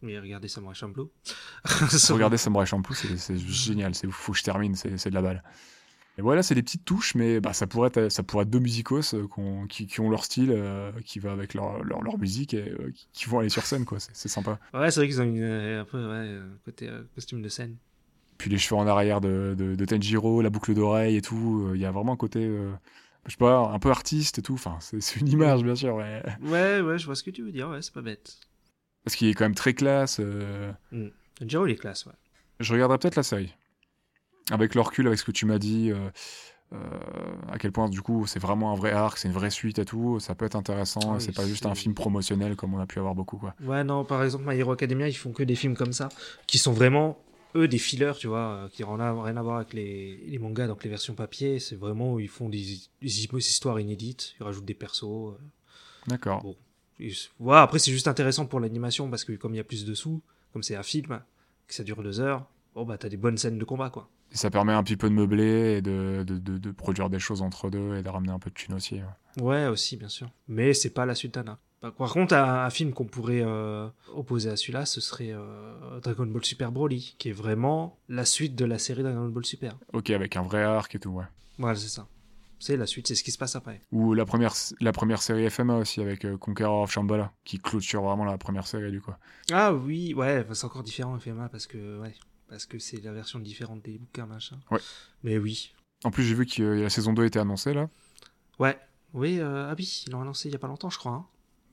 S2: Mais regardez Samurai Champloo.
S1: Regardez Samurai Champloo, c'est c'est juste génial, c'est faut que je termine, c'est c'est de la balle. Et voilà, c'est des petites touches, mais bah, ça, pourrait être, ça pourrait être deux musicos euh, qu'on- qui, qui ont leur style, euh, qui va avec leur, leur, leur musique et euh, qui- qui vont aller sur scène, quoi. C'est c'est sympa.
S2: Ouais, c'est vrai qu'ils ont une, euh, un peu, ouais, euh, côté euh, costume de scène.
S1: Puis les cheveux en arrière de, de, de Tenjiro, la boucle d'oreille et tout, euh, il y a vraiment un côté, euh, je sais pas, un peu artiste et tout. Enfin, c'est c'est une image, bien sûr, ouais.
S2: Ouais, ouais, je vois ce que tu veux dire, ouais, c'est pas bête.
S1: parce qu'il est quand même très classe. euh,
S2: Jiro, il est classe, ouais.
S1: Je regarderai peut-être la série. Avec le recul, avec ce que tu m'as dit, euh, euh, à quel point, du coup, c'est vraiment un vrai arc, c'est une vraie suite à tout, ça peut être intéressant,
S2: Ah
S1: et
S2: oui,
S1: c'est pas juste
S2: c'est-
S1: un film promotionnel comme on a pu avoir beaucoup, quoi.
S2: Ouais, non, par exemple, My Hero Academia, ils font que des films comme ça, qui sont vraiment, eux, des fillers, tu vois, euh, qui n'ont rien à voir avec les, les mangas, donc les versions papier, c'est vraiment où ils font des, des histoires inédites, ils rajoutent des persos. euh,
S1: D'accord.
S2: Bon. Et c- voilà, après, c'est juste intéressant pour l'animation parce que comme il y a plus de sous, comme c'est un film, que ça dure deux heures, bon, bah, t'as des bonnes scènes de combat, quoi.
S1: Et ça permet un petit peu de meubler et de, de, de- de produire des choses entre deux et de ramener un peu de thunes aussi. ouais.
S2: Ouais, aussi, bien sûr. Mais c'est pas la suite d'Anna. Par par contre, un, un film qu'on pourrait euh, opposer à celui-là, ce serait euh, Dragon Ball Super Broly, qui est vraiment la suite de la série Dragon Ball Super.
S1: Ok, avec un vrai arc et tout, ouais.
S2: Voilà, c'est ça. C'est la suite, c'est ce qui se passe après.
S1: Ou la première, la première série FMA aussi, avec euh, Conqueror of Shambhala, qui clôture vraiment la première série, du coup.
S2: Ah oui, ouais, bah, c'est encore différent FMA parce que ouais, parce que c'est la version différente des bouquins machin.
S1: Ouais.
S2: Mais oui,
S1: En plus, j'ai vu que euh, la saison 2 était annoncée, là.
S2: ouais, oui, euh, ah oui, ils l'ont annoncé il y a pas longtemps, je crois. hein.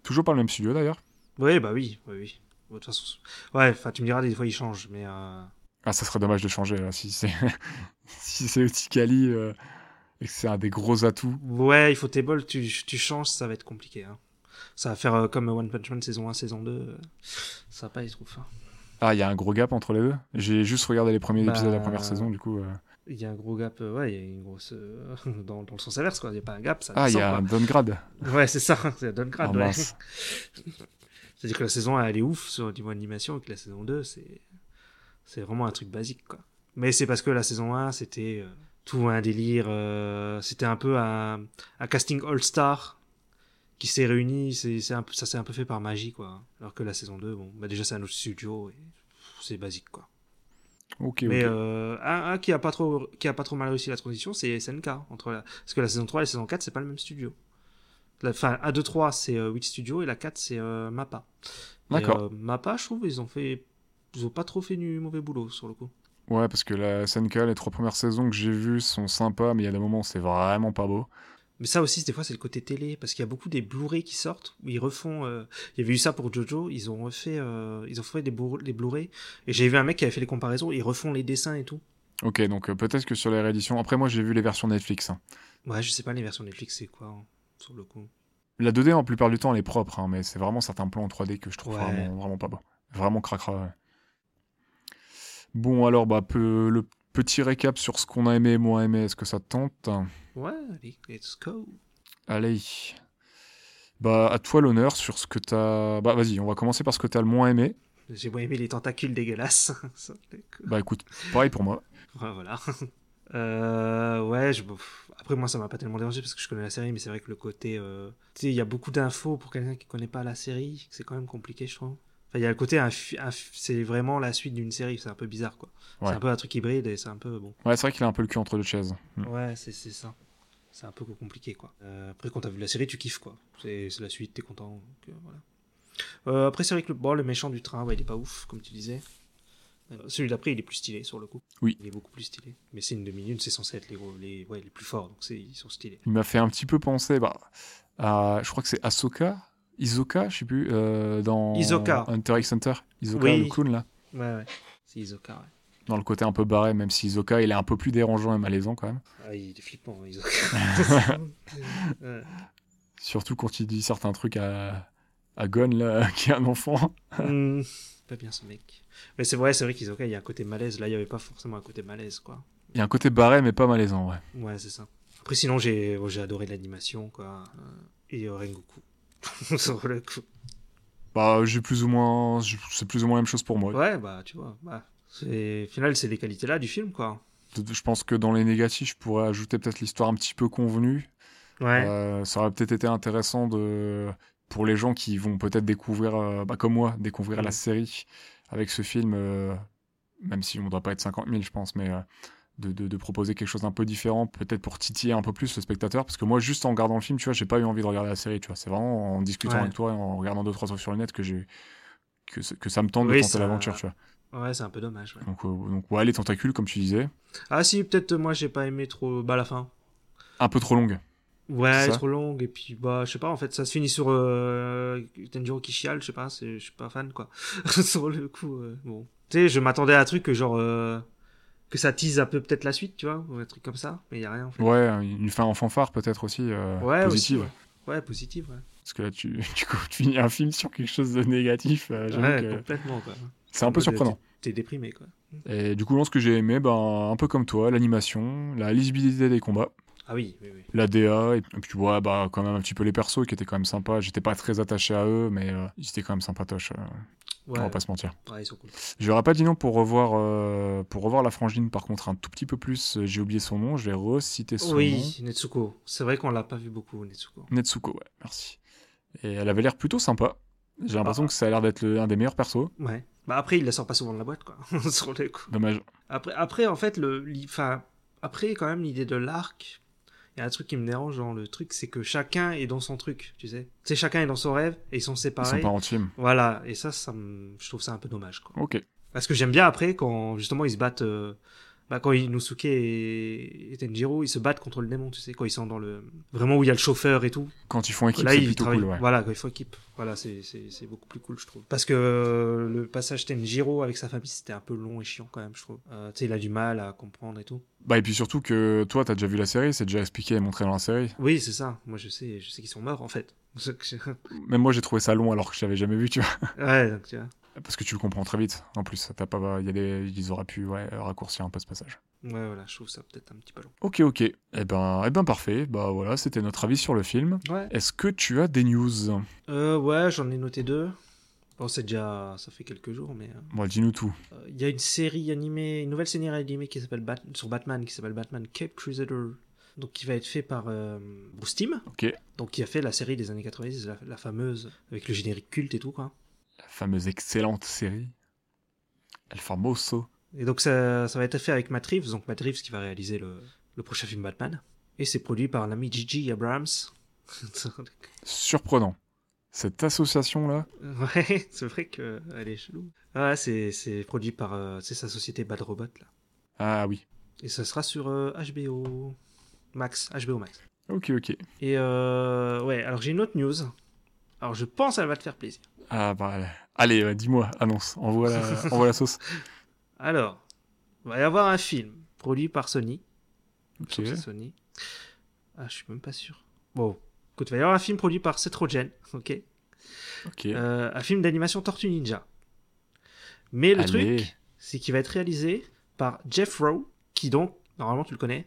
S1: Toujours par le même studio, d'ailleurs.
S2: Oui, bah oui, oui, oui. De toute façon, c'est- ouais, enfin, tu me diras, des fois, ils changent, mais euh,
S1: Ah, ça serait dommage de changer là, si c'est si c'est Otikali euh, et que c'est un des gros atouts.
S2: ouais, il faut tes bols, tu, tu changes, ça va être compliqué. Hein. Ça va faire euh, comme One Punch Man saison 1, saison 2, euh, ça va pas être ouf. hein.
S1: Ah, il y a un gros gap entre les deux. J'ai juste regardé les premiers
S2: Bah,
S1: épisodes de la première saison, du coup. euh.
S2: Il y a un gros gap, euh, ouais, il y a une grosse. euh, dans, dans le sens inverse, quoi. Il y a pas un gap, ça
S1: Ah, il y a un
S2: descend,
S1: downgrade.
S2: quoi. Ouais, c'est ça, ça donne
S1: Ah,
S2: grade, ouais.
S1: mince.
S2: C'est-à-dire que la saison 1, elle est ouf sur du niveau animation, et que la saison 2, c'est c'est vraiment un truc basique, quoi. Mais c'est parce que la saison 1, c'était euh, tout un délire, euh, c'était un peu un, un casting all-star qui s'est réuni, c'est c'est un peu- ça s'est un peu fait par magie, quoi. Alors que la saison 2, bon, bah déjà c'est un autre studio, et pff, c'est basique, quoi.
S1: Ok, ok.
S2: Mais euh, un, un qui a pas trop qui a pas trop mal réussi la transition, c'est SNK entre la... parce que la saison 3 et la saison 4, c'est pas le même studio. La, enfin, A2 3 c'est euh, 8 Studio et la 4 c'est euh, Mappa. Et,
S1: D'accord.
S2: euh, Mappa, je trouve ils ont fait ils ont pas trop fait du mauvais boulot sur le coup.
S1: Ouais, parce que la SNK, les trois premières saisons que j'ai vues sont sympas, mais il y a des moments où c'est vraiment pas beau.
S2: Mais ça aussi, des fois, c'est le côté télé, parce qu'il y a beaucoup des Blu-ray qui sortent, où ils refont... euh, Il y avait eu ça pour Jojo, ils ont refait, euh, ils ont fait des, Blu- des Blu-ray, et j'ai vu un mec qui avait fait les comparaisons, ils refont les dessins et tout.
S1: Ok, donc euh, peut-être que sur les rééditions. Après, moi, j'ai vu les versions Netflix. hein.
S2: Ouais, je sais pas, les versions Netflix, c'est quoi, hein, sur le coup.
S1: La 2D, en plupart du temps, elle est propre, hein, mais c'est vraiment certains plans en 3D que je trouve
S2: Ouais.
S1: vraiment, vraiment pas beau. Vraiment cracra. ouais. Bon, alors, bah, peu- le petit récap sur ce qu'on a aimé et moins aimé, est-ce que ça te tente
S2: Ouais, allez, let's go.
S1: Allez. Bah, à toi l'honneur sur ce que t'as. Bah, vas-y, on va commencer par ce que t'as le moins aimé.
S2: J'ai moins aimé les tentacules dégueulasses. Ça, le coup.
S1: Bah, écoute, pareil pour moi.
S2: Ouais, voilà. Euh, ouais, je- pff, après moi ça m'a pas tellement dérangé parce que je connais la série, mais c'est vrai que le côté, euh, tu sais, il y a beaucoup d'infos pour quelqu'un qui connaît pas la série, c'est quand même compliqué, je trouve. Enfin, il y a le côté, inf- inf- c'est vraiment la suite d'une série, c'est un peu bizarre quoi.
S1: Ouais.
S2: C'est un peu un truc hybride et c'est un peu bon.
S1: Ouais, c'est vrai qu'il a un peu le cul entre deux chaises. Mm.
S2: Ouais, c'est c'est ça. c'est un peu compliqué quoi. Euh, après quand t'as vu la série tu kiffes quoi. C'est c'est la suite, t'es content. donc, euh, voilà. Euh, après c'est vrai que le, bon, le méchant du train ouais il est pas ouf comme tu disais. Euh, celui d'après il est plus stylé sur le coup.
S1: Oui.
S2: Il est beaucoup plus stylé. Mais c'est une demi-lune, c'est censé être les, gros- les, ouais, les plus forts donc c'est- ils sont stylés.
S1: Il m'a fait un petit peu penser bah, à. Je crois que c'est Ahsoka. Isoka, je sais plus, euh, dans
S2: Hisoka.
S1: Hunter x Hunter. Isoka,
S2: Oui.
S1: le clown, là.
S2: Ouais ouais. C'est Isoka ouais.
S1: Dans le côté un peu barré, même si Isoka, il est un peu plus dérangeant et malaisant quand même.
S2: Ah, il est flippant, hein, Isoka. Ouais.
S1: Surtout quand il dit certains trucs à, à Gon, là, qui est un enfant.
S2: Hmm, pas bien ce mec. Mais c'est vrai, c'est vrai qu'Isoka, il y a un côté malaise. Là, il n'y avait pas forcément un côté malaise, quoi.
S1: Il y a un côté barré, mais pas malaisant, ouais.
S2: Ouais, c'est ça. Après, sinon, j'ai oh, j'ai adoré l'animation, quoi. Euh, Et euh, Rengoku. Sur le coup.
S1: Bah, j'ai plus ou moins. j'ai- C'est plus ou moins la même chose pour moi.
S2: Ouais, bah, tu vois. Bah, c'est- au final, c'est les qualités-là du film, quoi.
S1: Je pense que dans les négatifs, je pourrais ajouter peut-être l'histoire un petit peu convenue.
S2: Ouais.
S1: Euh, ça aurait peut-être été intéressant de, pour les gens qui vont peut-être découvrir, euh, bah, comme moi, découvrir la
S2: Mm.
S1: série avec ce film, euh, même si on ne doit pas être 50 000, je pense, mais euh, de, de- de proposer quelque chose d'un peu différent, peut-être pour titiller un peu plus le spectateur. Parce que moi, juste en regardant le film, tu vois, j'ai pas eu envie de regarder la série, tu vois. C'est vraiment en discutant
S2: Ouais.
S1: avec toi et en regardant deux, trois trucs sur le net que j'ai. Que, ça- que ça me tente
S2: Oui,
S1: de tenter
S2: ça-
S1: l'aventure, tu vois.
S2: Ouais, c'est un peu dommage, ouais.
S1: Donc, euh, donc, ouais, les tentacules, comme tu disais,
S2: Ah, si, peut-être, euh, moi, j'ai pas aimé trop. Bah, la fin.
S1: un peu trop longue.
S2: Ouais,
S1: C'est
S2: elle est
S1: ça.
S2: trop longue. Et puis, bah, je sais pas, en fait, ça se finit sur euh, Tenjiro qui chiale, je sais pas, c'est- je suis pas fan, quoi. sur le coup, euh, bon. Tu sais, je m'attendais à un truc que genre. euh, que ça tease un peu peut-être la suite, tu vois, ou un truc comme ça, mais y a rien, en fait.
S1: Ouais, une fin en fanfare, peut-être aussi, euh,
S2: Ouais, aussi,
S1: positive.
S2: ouais. Ouais, positive, ouais.
S1: Parce que là, tu, du coup, tu finis un film sur quelque chose de négatif. euh, j'avoue
S2: Ouais,
S1: que
S2: complètement, quoi.
S1: c'est un peu
S2: Ouais, t'es-
S1: surprenant.
S2: T'es déprimé, quoi.
S1: Et du coup, non, ce que j'ai aimé, ben, un peu comme toi, l'animation, la lisibilité des combats,
S2: Ah oui, oui, oui.
S1: la DA, et puis ouais, bah, quand même un petit peu les persos qui étaient quand même sympas. J'étais pas très attaché à eux, mais euh, ils étaient quand même sympatoches, euh,
S2: Ouais,
S1: on va pas se mentir.
S2: ouais, ils sont cool.
S1: J'aurais pas dit non pour revoir, euh, pour revoir la frangine, par contre, un tout petit peu plus. euh, J'ai oublié son nom, je vais reciter son nom.
S2: Oui, Netsuko. C'est vrai qu'on l'a pas vu beaucoup, Netsuko.
S1: Netsuko, ouais, merci. Et elle avait l'air plutôt sympa. J'ai l'impression
S2: Ah.
S1: que ça a l'air d'être le- un des meilleurs persos.
S2: Ouais. Bah après, il la sort pas souvent de la boîte, quoi. sur le coup.
S1: Dommage.
S2: Après, après en fait, le, l'i- enfin, après, quand même, l'idée de l'arc, il y a un truc qui me dérange dans le truc, c'est que chacun est dans son truc, tu sais. Tu sais, chacun est dans son rêve et ils sont
S1: Ils
S2: séparés.
S1: sont pas en team.
S2: Voilà, et ça, ça me- je trouve ça un peu dommage, quoi.
S1: Ok.
S2: Parce que j'aime bien après, quand justement ils se battent, euh, bah, quand Inosuke et... et Tenjiro, ils se battent contre le démon, tu sais, quand ils sont dans le. Vraiment où il y a le chauffeur et tout.
S1: quand ils font équipe,
S2: Là,
S1: c'est
S2: ils
S1: plutôt
S2: travaillent.
S1: cool. Ouais.
S2: Voilà, quand ils font équipe. Voilà, c'est- c'est c'est beaucoup plus cool, je trouve. Parce que euh, le passage Tenjiro avec sa famille, c'était un peu long et chiant quand même, je trouve. Euh, tu sais, il a du mal à comprendre et tout.
S1: Bah, et puis surtout que toi, t'as déjà vu la série, c'est déjà expliqué et montré dans la série.
S2: Oui, c'est ça. Moi, je sais, je sais qu'ils sont morts, en fait. ouais,
S1: Même moi, j'ai trouvé ça long alors que je l'avais jamais vu, tu vois.
S2: donc tu vois.
S1: Parce que tu le comprends très vite. En plus, t'as pas, il y a des, ils auraient pu ouais, raccourcir un peu ce passage.
S2: Ouais, voilà, je trouve ça peut-être un petit peu long.
S1: Ok, ok. Eh ben, eh ben parfait. Bah voilà, c'était notre avis sur le film.
S2: Ouais.
S1: Est-ce que tu as des news
S2: Euh, ouais, j'en ai noté deux. Bon, c'est déjà. Ça fait quelques jours, mais. euh,
S1: Bon, dis-nous tout.
S2: Euh, Il y a une série animée, une nouvelle série animée qui s'appelle Bat- sur Batman, qui s'appelle Batman Cape Crusader, donc qui va être fait par euh, Bruce Timm,
S1: Ok.
S2: donc qui a fait la série des années 90, la, la fameuse avec le générique culte et tout quoi.
S1: La fameuse excellente série. El Famoso.
S2: Et donc ça, ça va être fait avec Matt Reeves, donc Matt Reeves qui va réaliser le, le prochain film Batman, et c'est produit par l'ami Gigi Abrams.
S1: Surprenant. Cette association-là,
S2: ouais, c'est vrai que elle est chelou. Ah, c'est c'est produit par euh, c'est sa société Bad Robot là,
S1: ah oui.
S2: et ça sera sur euh, HBO Max, HBO Max.
S1: Ok, ok.
S2: Et euh, ouais, alors j'ai une autre news. Alors je pense qu'elle va te faire plaisir.
S1: Ah bah, allez, euh, dis-moi, annonce, envoie la, envoie la sauce.
S2: Alors, il va y avoir un film produit par Sony.
S1: Ok.
S2: Je pense que c'est Sony. Ah, je suis même pas sûr. Bon, écoute, il va y avoir un film produit par Seth Rogen, ok
S1: Ok.
S2: Euh, Un film d'animation Tortue Ninja. Mais le
S1: Allez.
S2: truc, c'est qu'il va être réalisé par Jeff Rowe, qui donc, normalement tu le connais.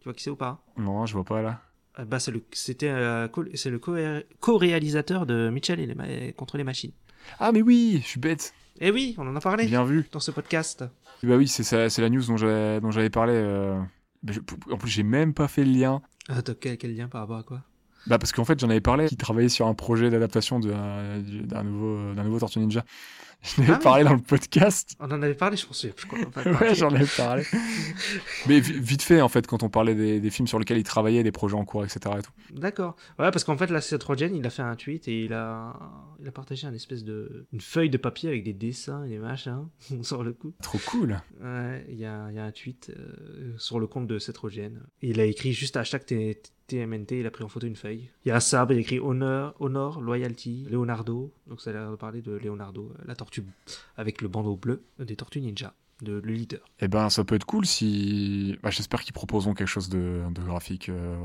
S2: Tu vois qui c'est ou pas
S1: Non, je vois pas là.
S2: Ah bah, c'est le, c'était, euh, co- c'est le co- co-réalisateur de Mitchell et les ma- contre les machines.
S1: Ah mais oui, je suis bête.
S2: Eh oui, on en a parlé
S1: Bien vu.
S2: dans ce podcast.
S1: Bah oui, c'est ça- c'est la news dont j'avais dont j'avais parlé. euh. Mais je- en plus, j'ai même pas fait le lien.
S2: Ah, t'as quel, quel lien par rapport à quoi
S1: Bah euh, parce qu'en fait, j'en avais parlé. Qui travaillait sur un projet d'adaptation d'un d'un nouveau d'un nouveau Tortue Ninja. Je l'avais
S2: Ah oui.
S1: parlé dans le podcast.
S2: On en avait parlé, je pense. Je crois, on en avait
S1: Ouais,
S2: parlé.
S1: j'en avais parlé. Mais vi- vite fait, en fait, quand on parlait des, des films sur lesquels il travaillait, des projets en cours, etc. et tout.
S2: D'accord. Ouais, parce qu'en fait, là, Seth Rogen, il a fait un tweet et il a, il a partagé un espèce de. une feuille de papier avec des dessins et des machins. On sort le coup.
S1: Trop cool.
S2: Ouais, il y a, il y a un tweet euh, sur le compte de Seth Rogen. Il a écrit juste hashtag T- TMNT, il a pris en photo une feuille. Il y a un sabre, il a écrit Honor, Honor, Loyalty, Leonardo. Donc ça a l'air de parler de Leonardo, euh, la tortue, avec le bandeau bleu euh, des tortues ninja, de, le leader.
S1: Eh ben, ça peut être cool si. bah, J'espère qu'ils proposeront quelque chose de, de graphique. euh,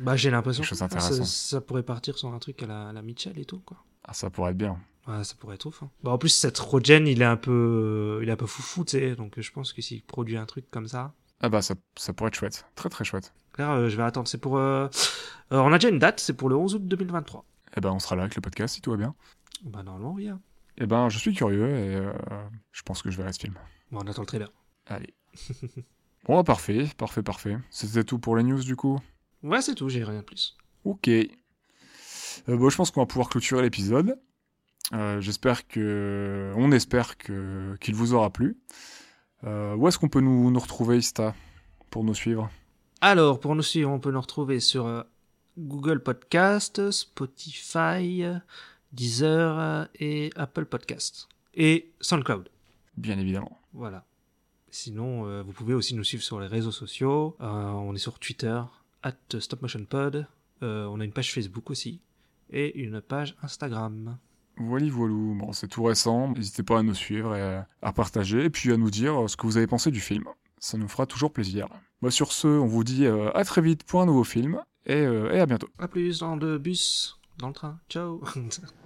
S2: Bah, j'ai l'impression
S1: Quelque chose
S2: que ça,
S1: d'intéressant.
S2: ça pourrait partir sur un truc à la, à la Mitchell et tout, quoi.
S1: Ah, ça pourrait être bien.
S2: Ouais, ça pourrait être ouf. hein. Bah, en plus, cette Rogen, il est un peu, il est un peu foufou, tu sais. Donc, je pense que s'il produit un truc comme ça.
S1: Ah bah, ça, ça pourrait être chouette. Très, très chouette.
S2: Claire, euh, je vais attendre. C'est pour. euh, euh, on a déjà une date, c'est pour le 11 août 2023.
S1: Eh ben, on sera là avec le podcast si tout va bien.
S2: Bah, normalement, oui. hein.
S1: Eh ben, je suis curieux et euh, je pense que je verrai ce film.
S2: Bon, on attend le trailer.
S1: Allez. bon, parfait, parfait, parfait. C'était tout pour les news du coup
S2: Ouais, c'est tout, j'ai rien de plus.
S1: Ok. Euh, bon, je pense qu'on va pouvoir clôturer l'épisode. Euh, J'espère que. On espère que qu'il vous aura plu. Euh, où est-ce qu'on peut nous, nous retrouver, Ista, pour nous suivre
S2: Alors, pour nous suivre, on peut nous retrouver sur euh, Google Podcast, Spotify, euh, Deezer euh, et Apple Podcast. Et SoundCloud.
S1: Bien évidemment.
S2: Voilà. Sinon, euh, vous pouvez aussi nous suivre sur les réseaux sociaux. Euh, on est sur Twitter, at StopMotionPod. Euh, on a une page Facebook aussi. Et une page Instagram.
S1: Voilà, voilou. Bon, c'est tout récent. N'hésitez pas à nous suivre et euh, à partager, et puis à nous dire euh, ce que vous avez pensé du film. Ça nous fera toujours plaisir. Bah, sur ce, on vous dit euh, à très vite pour un nouveau film, et, euh, et à bientôt.
S2: A plus dans le bus, dans le train. Ciao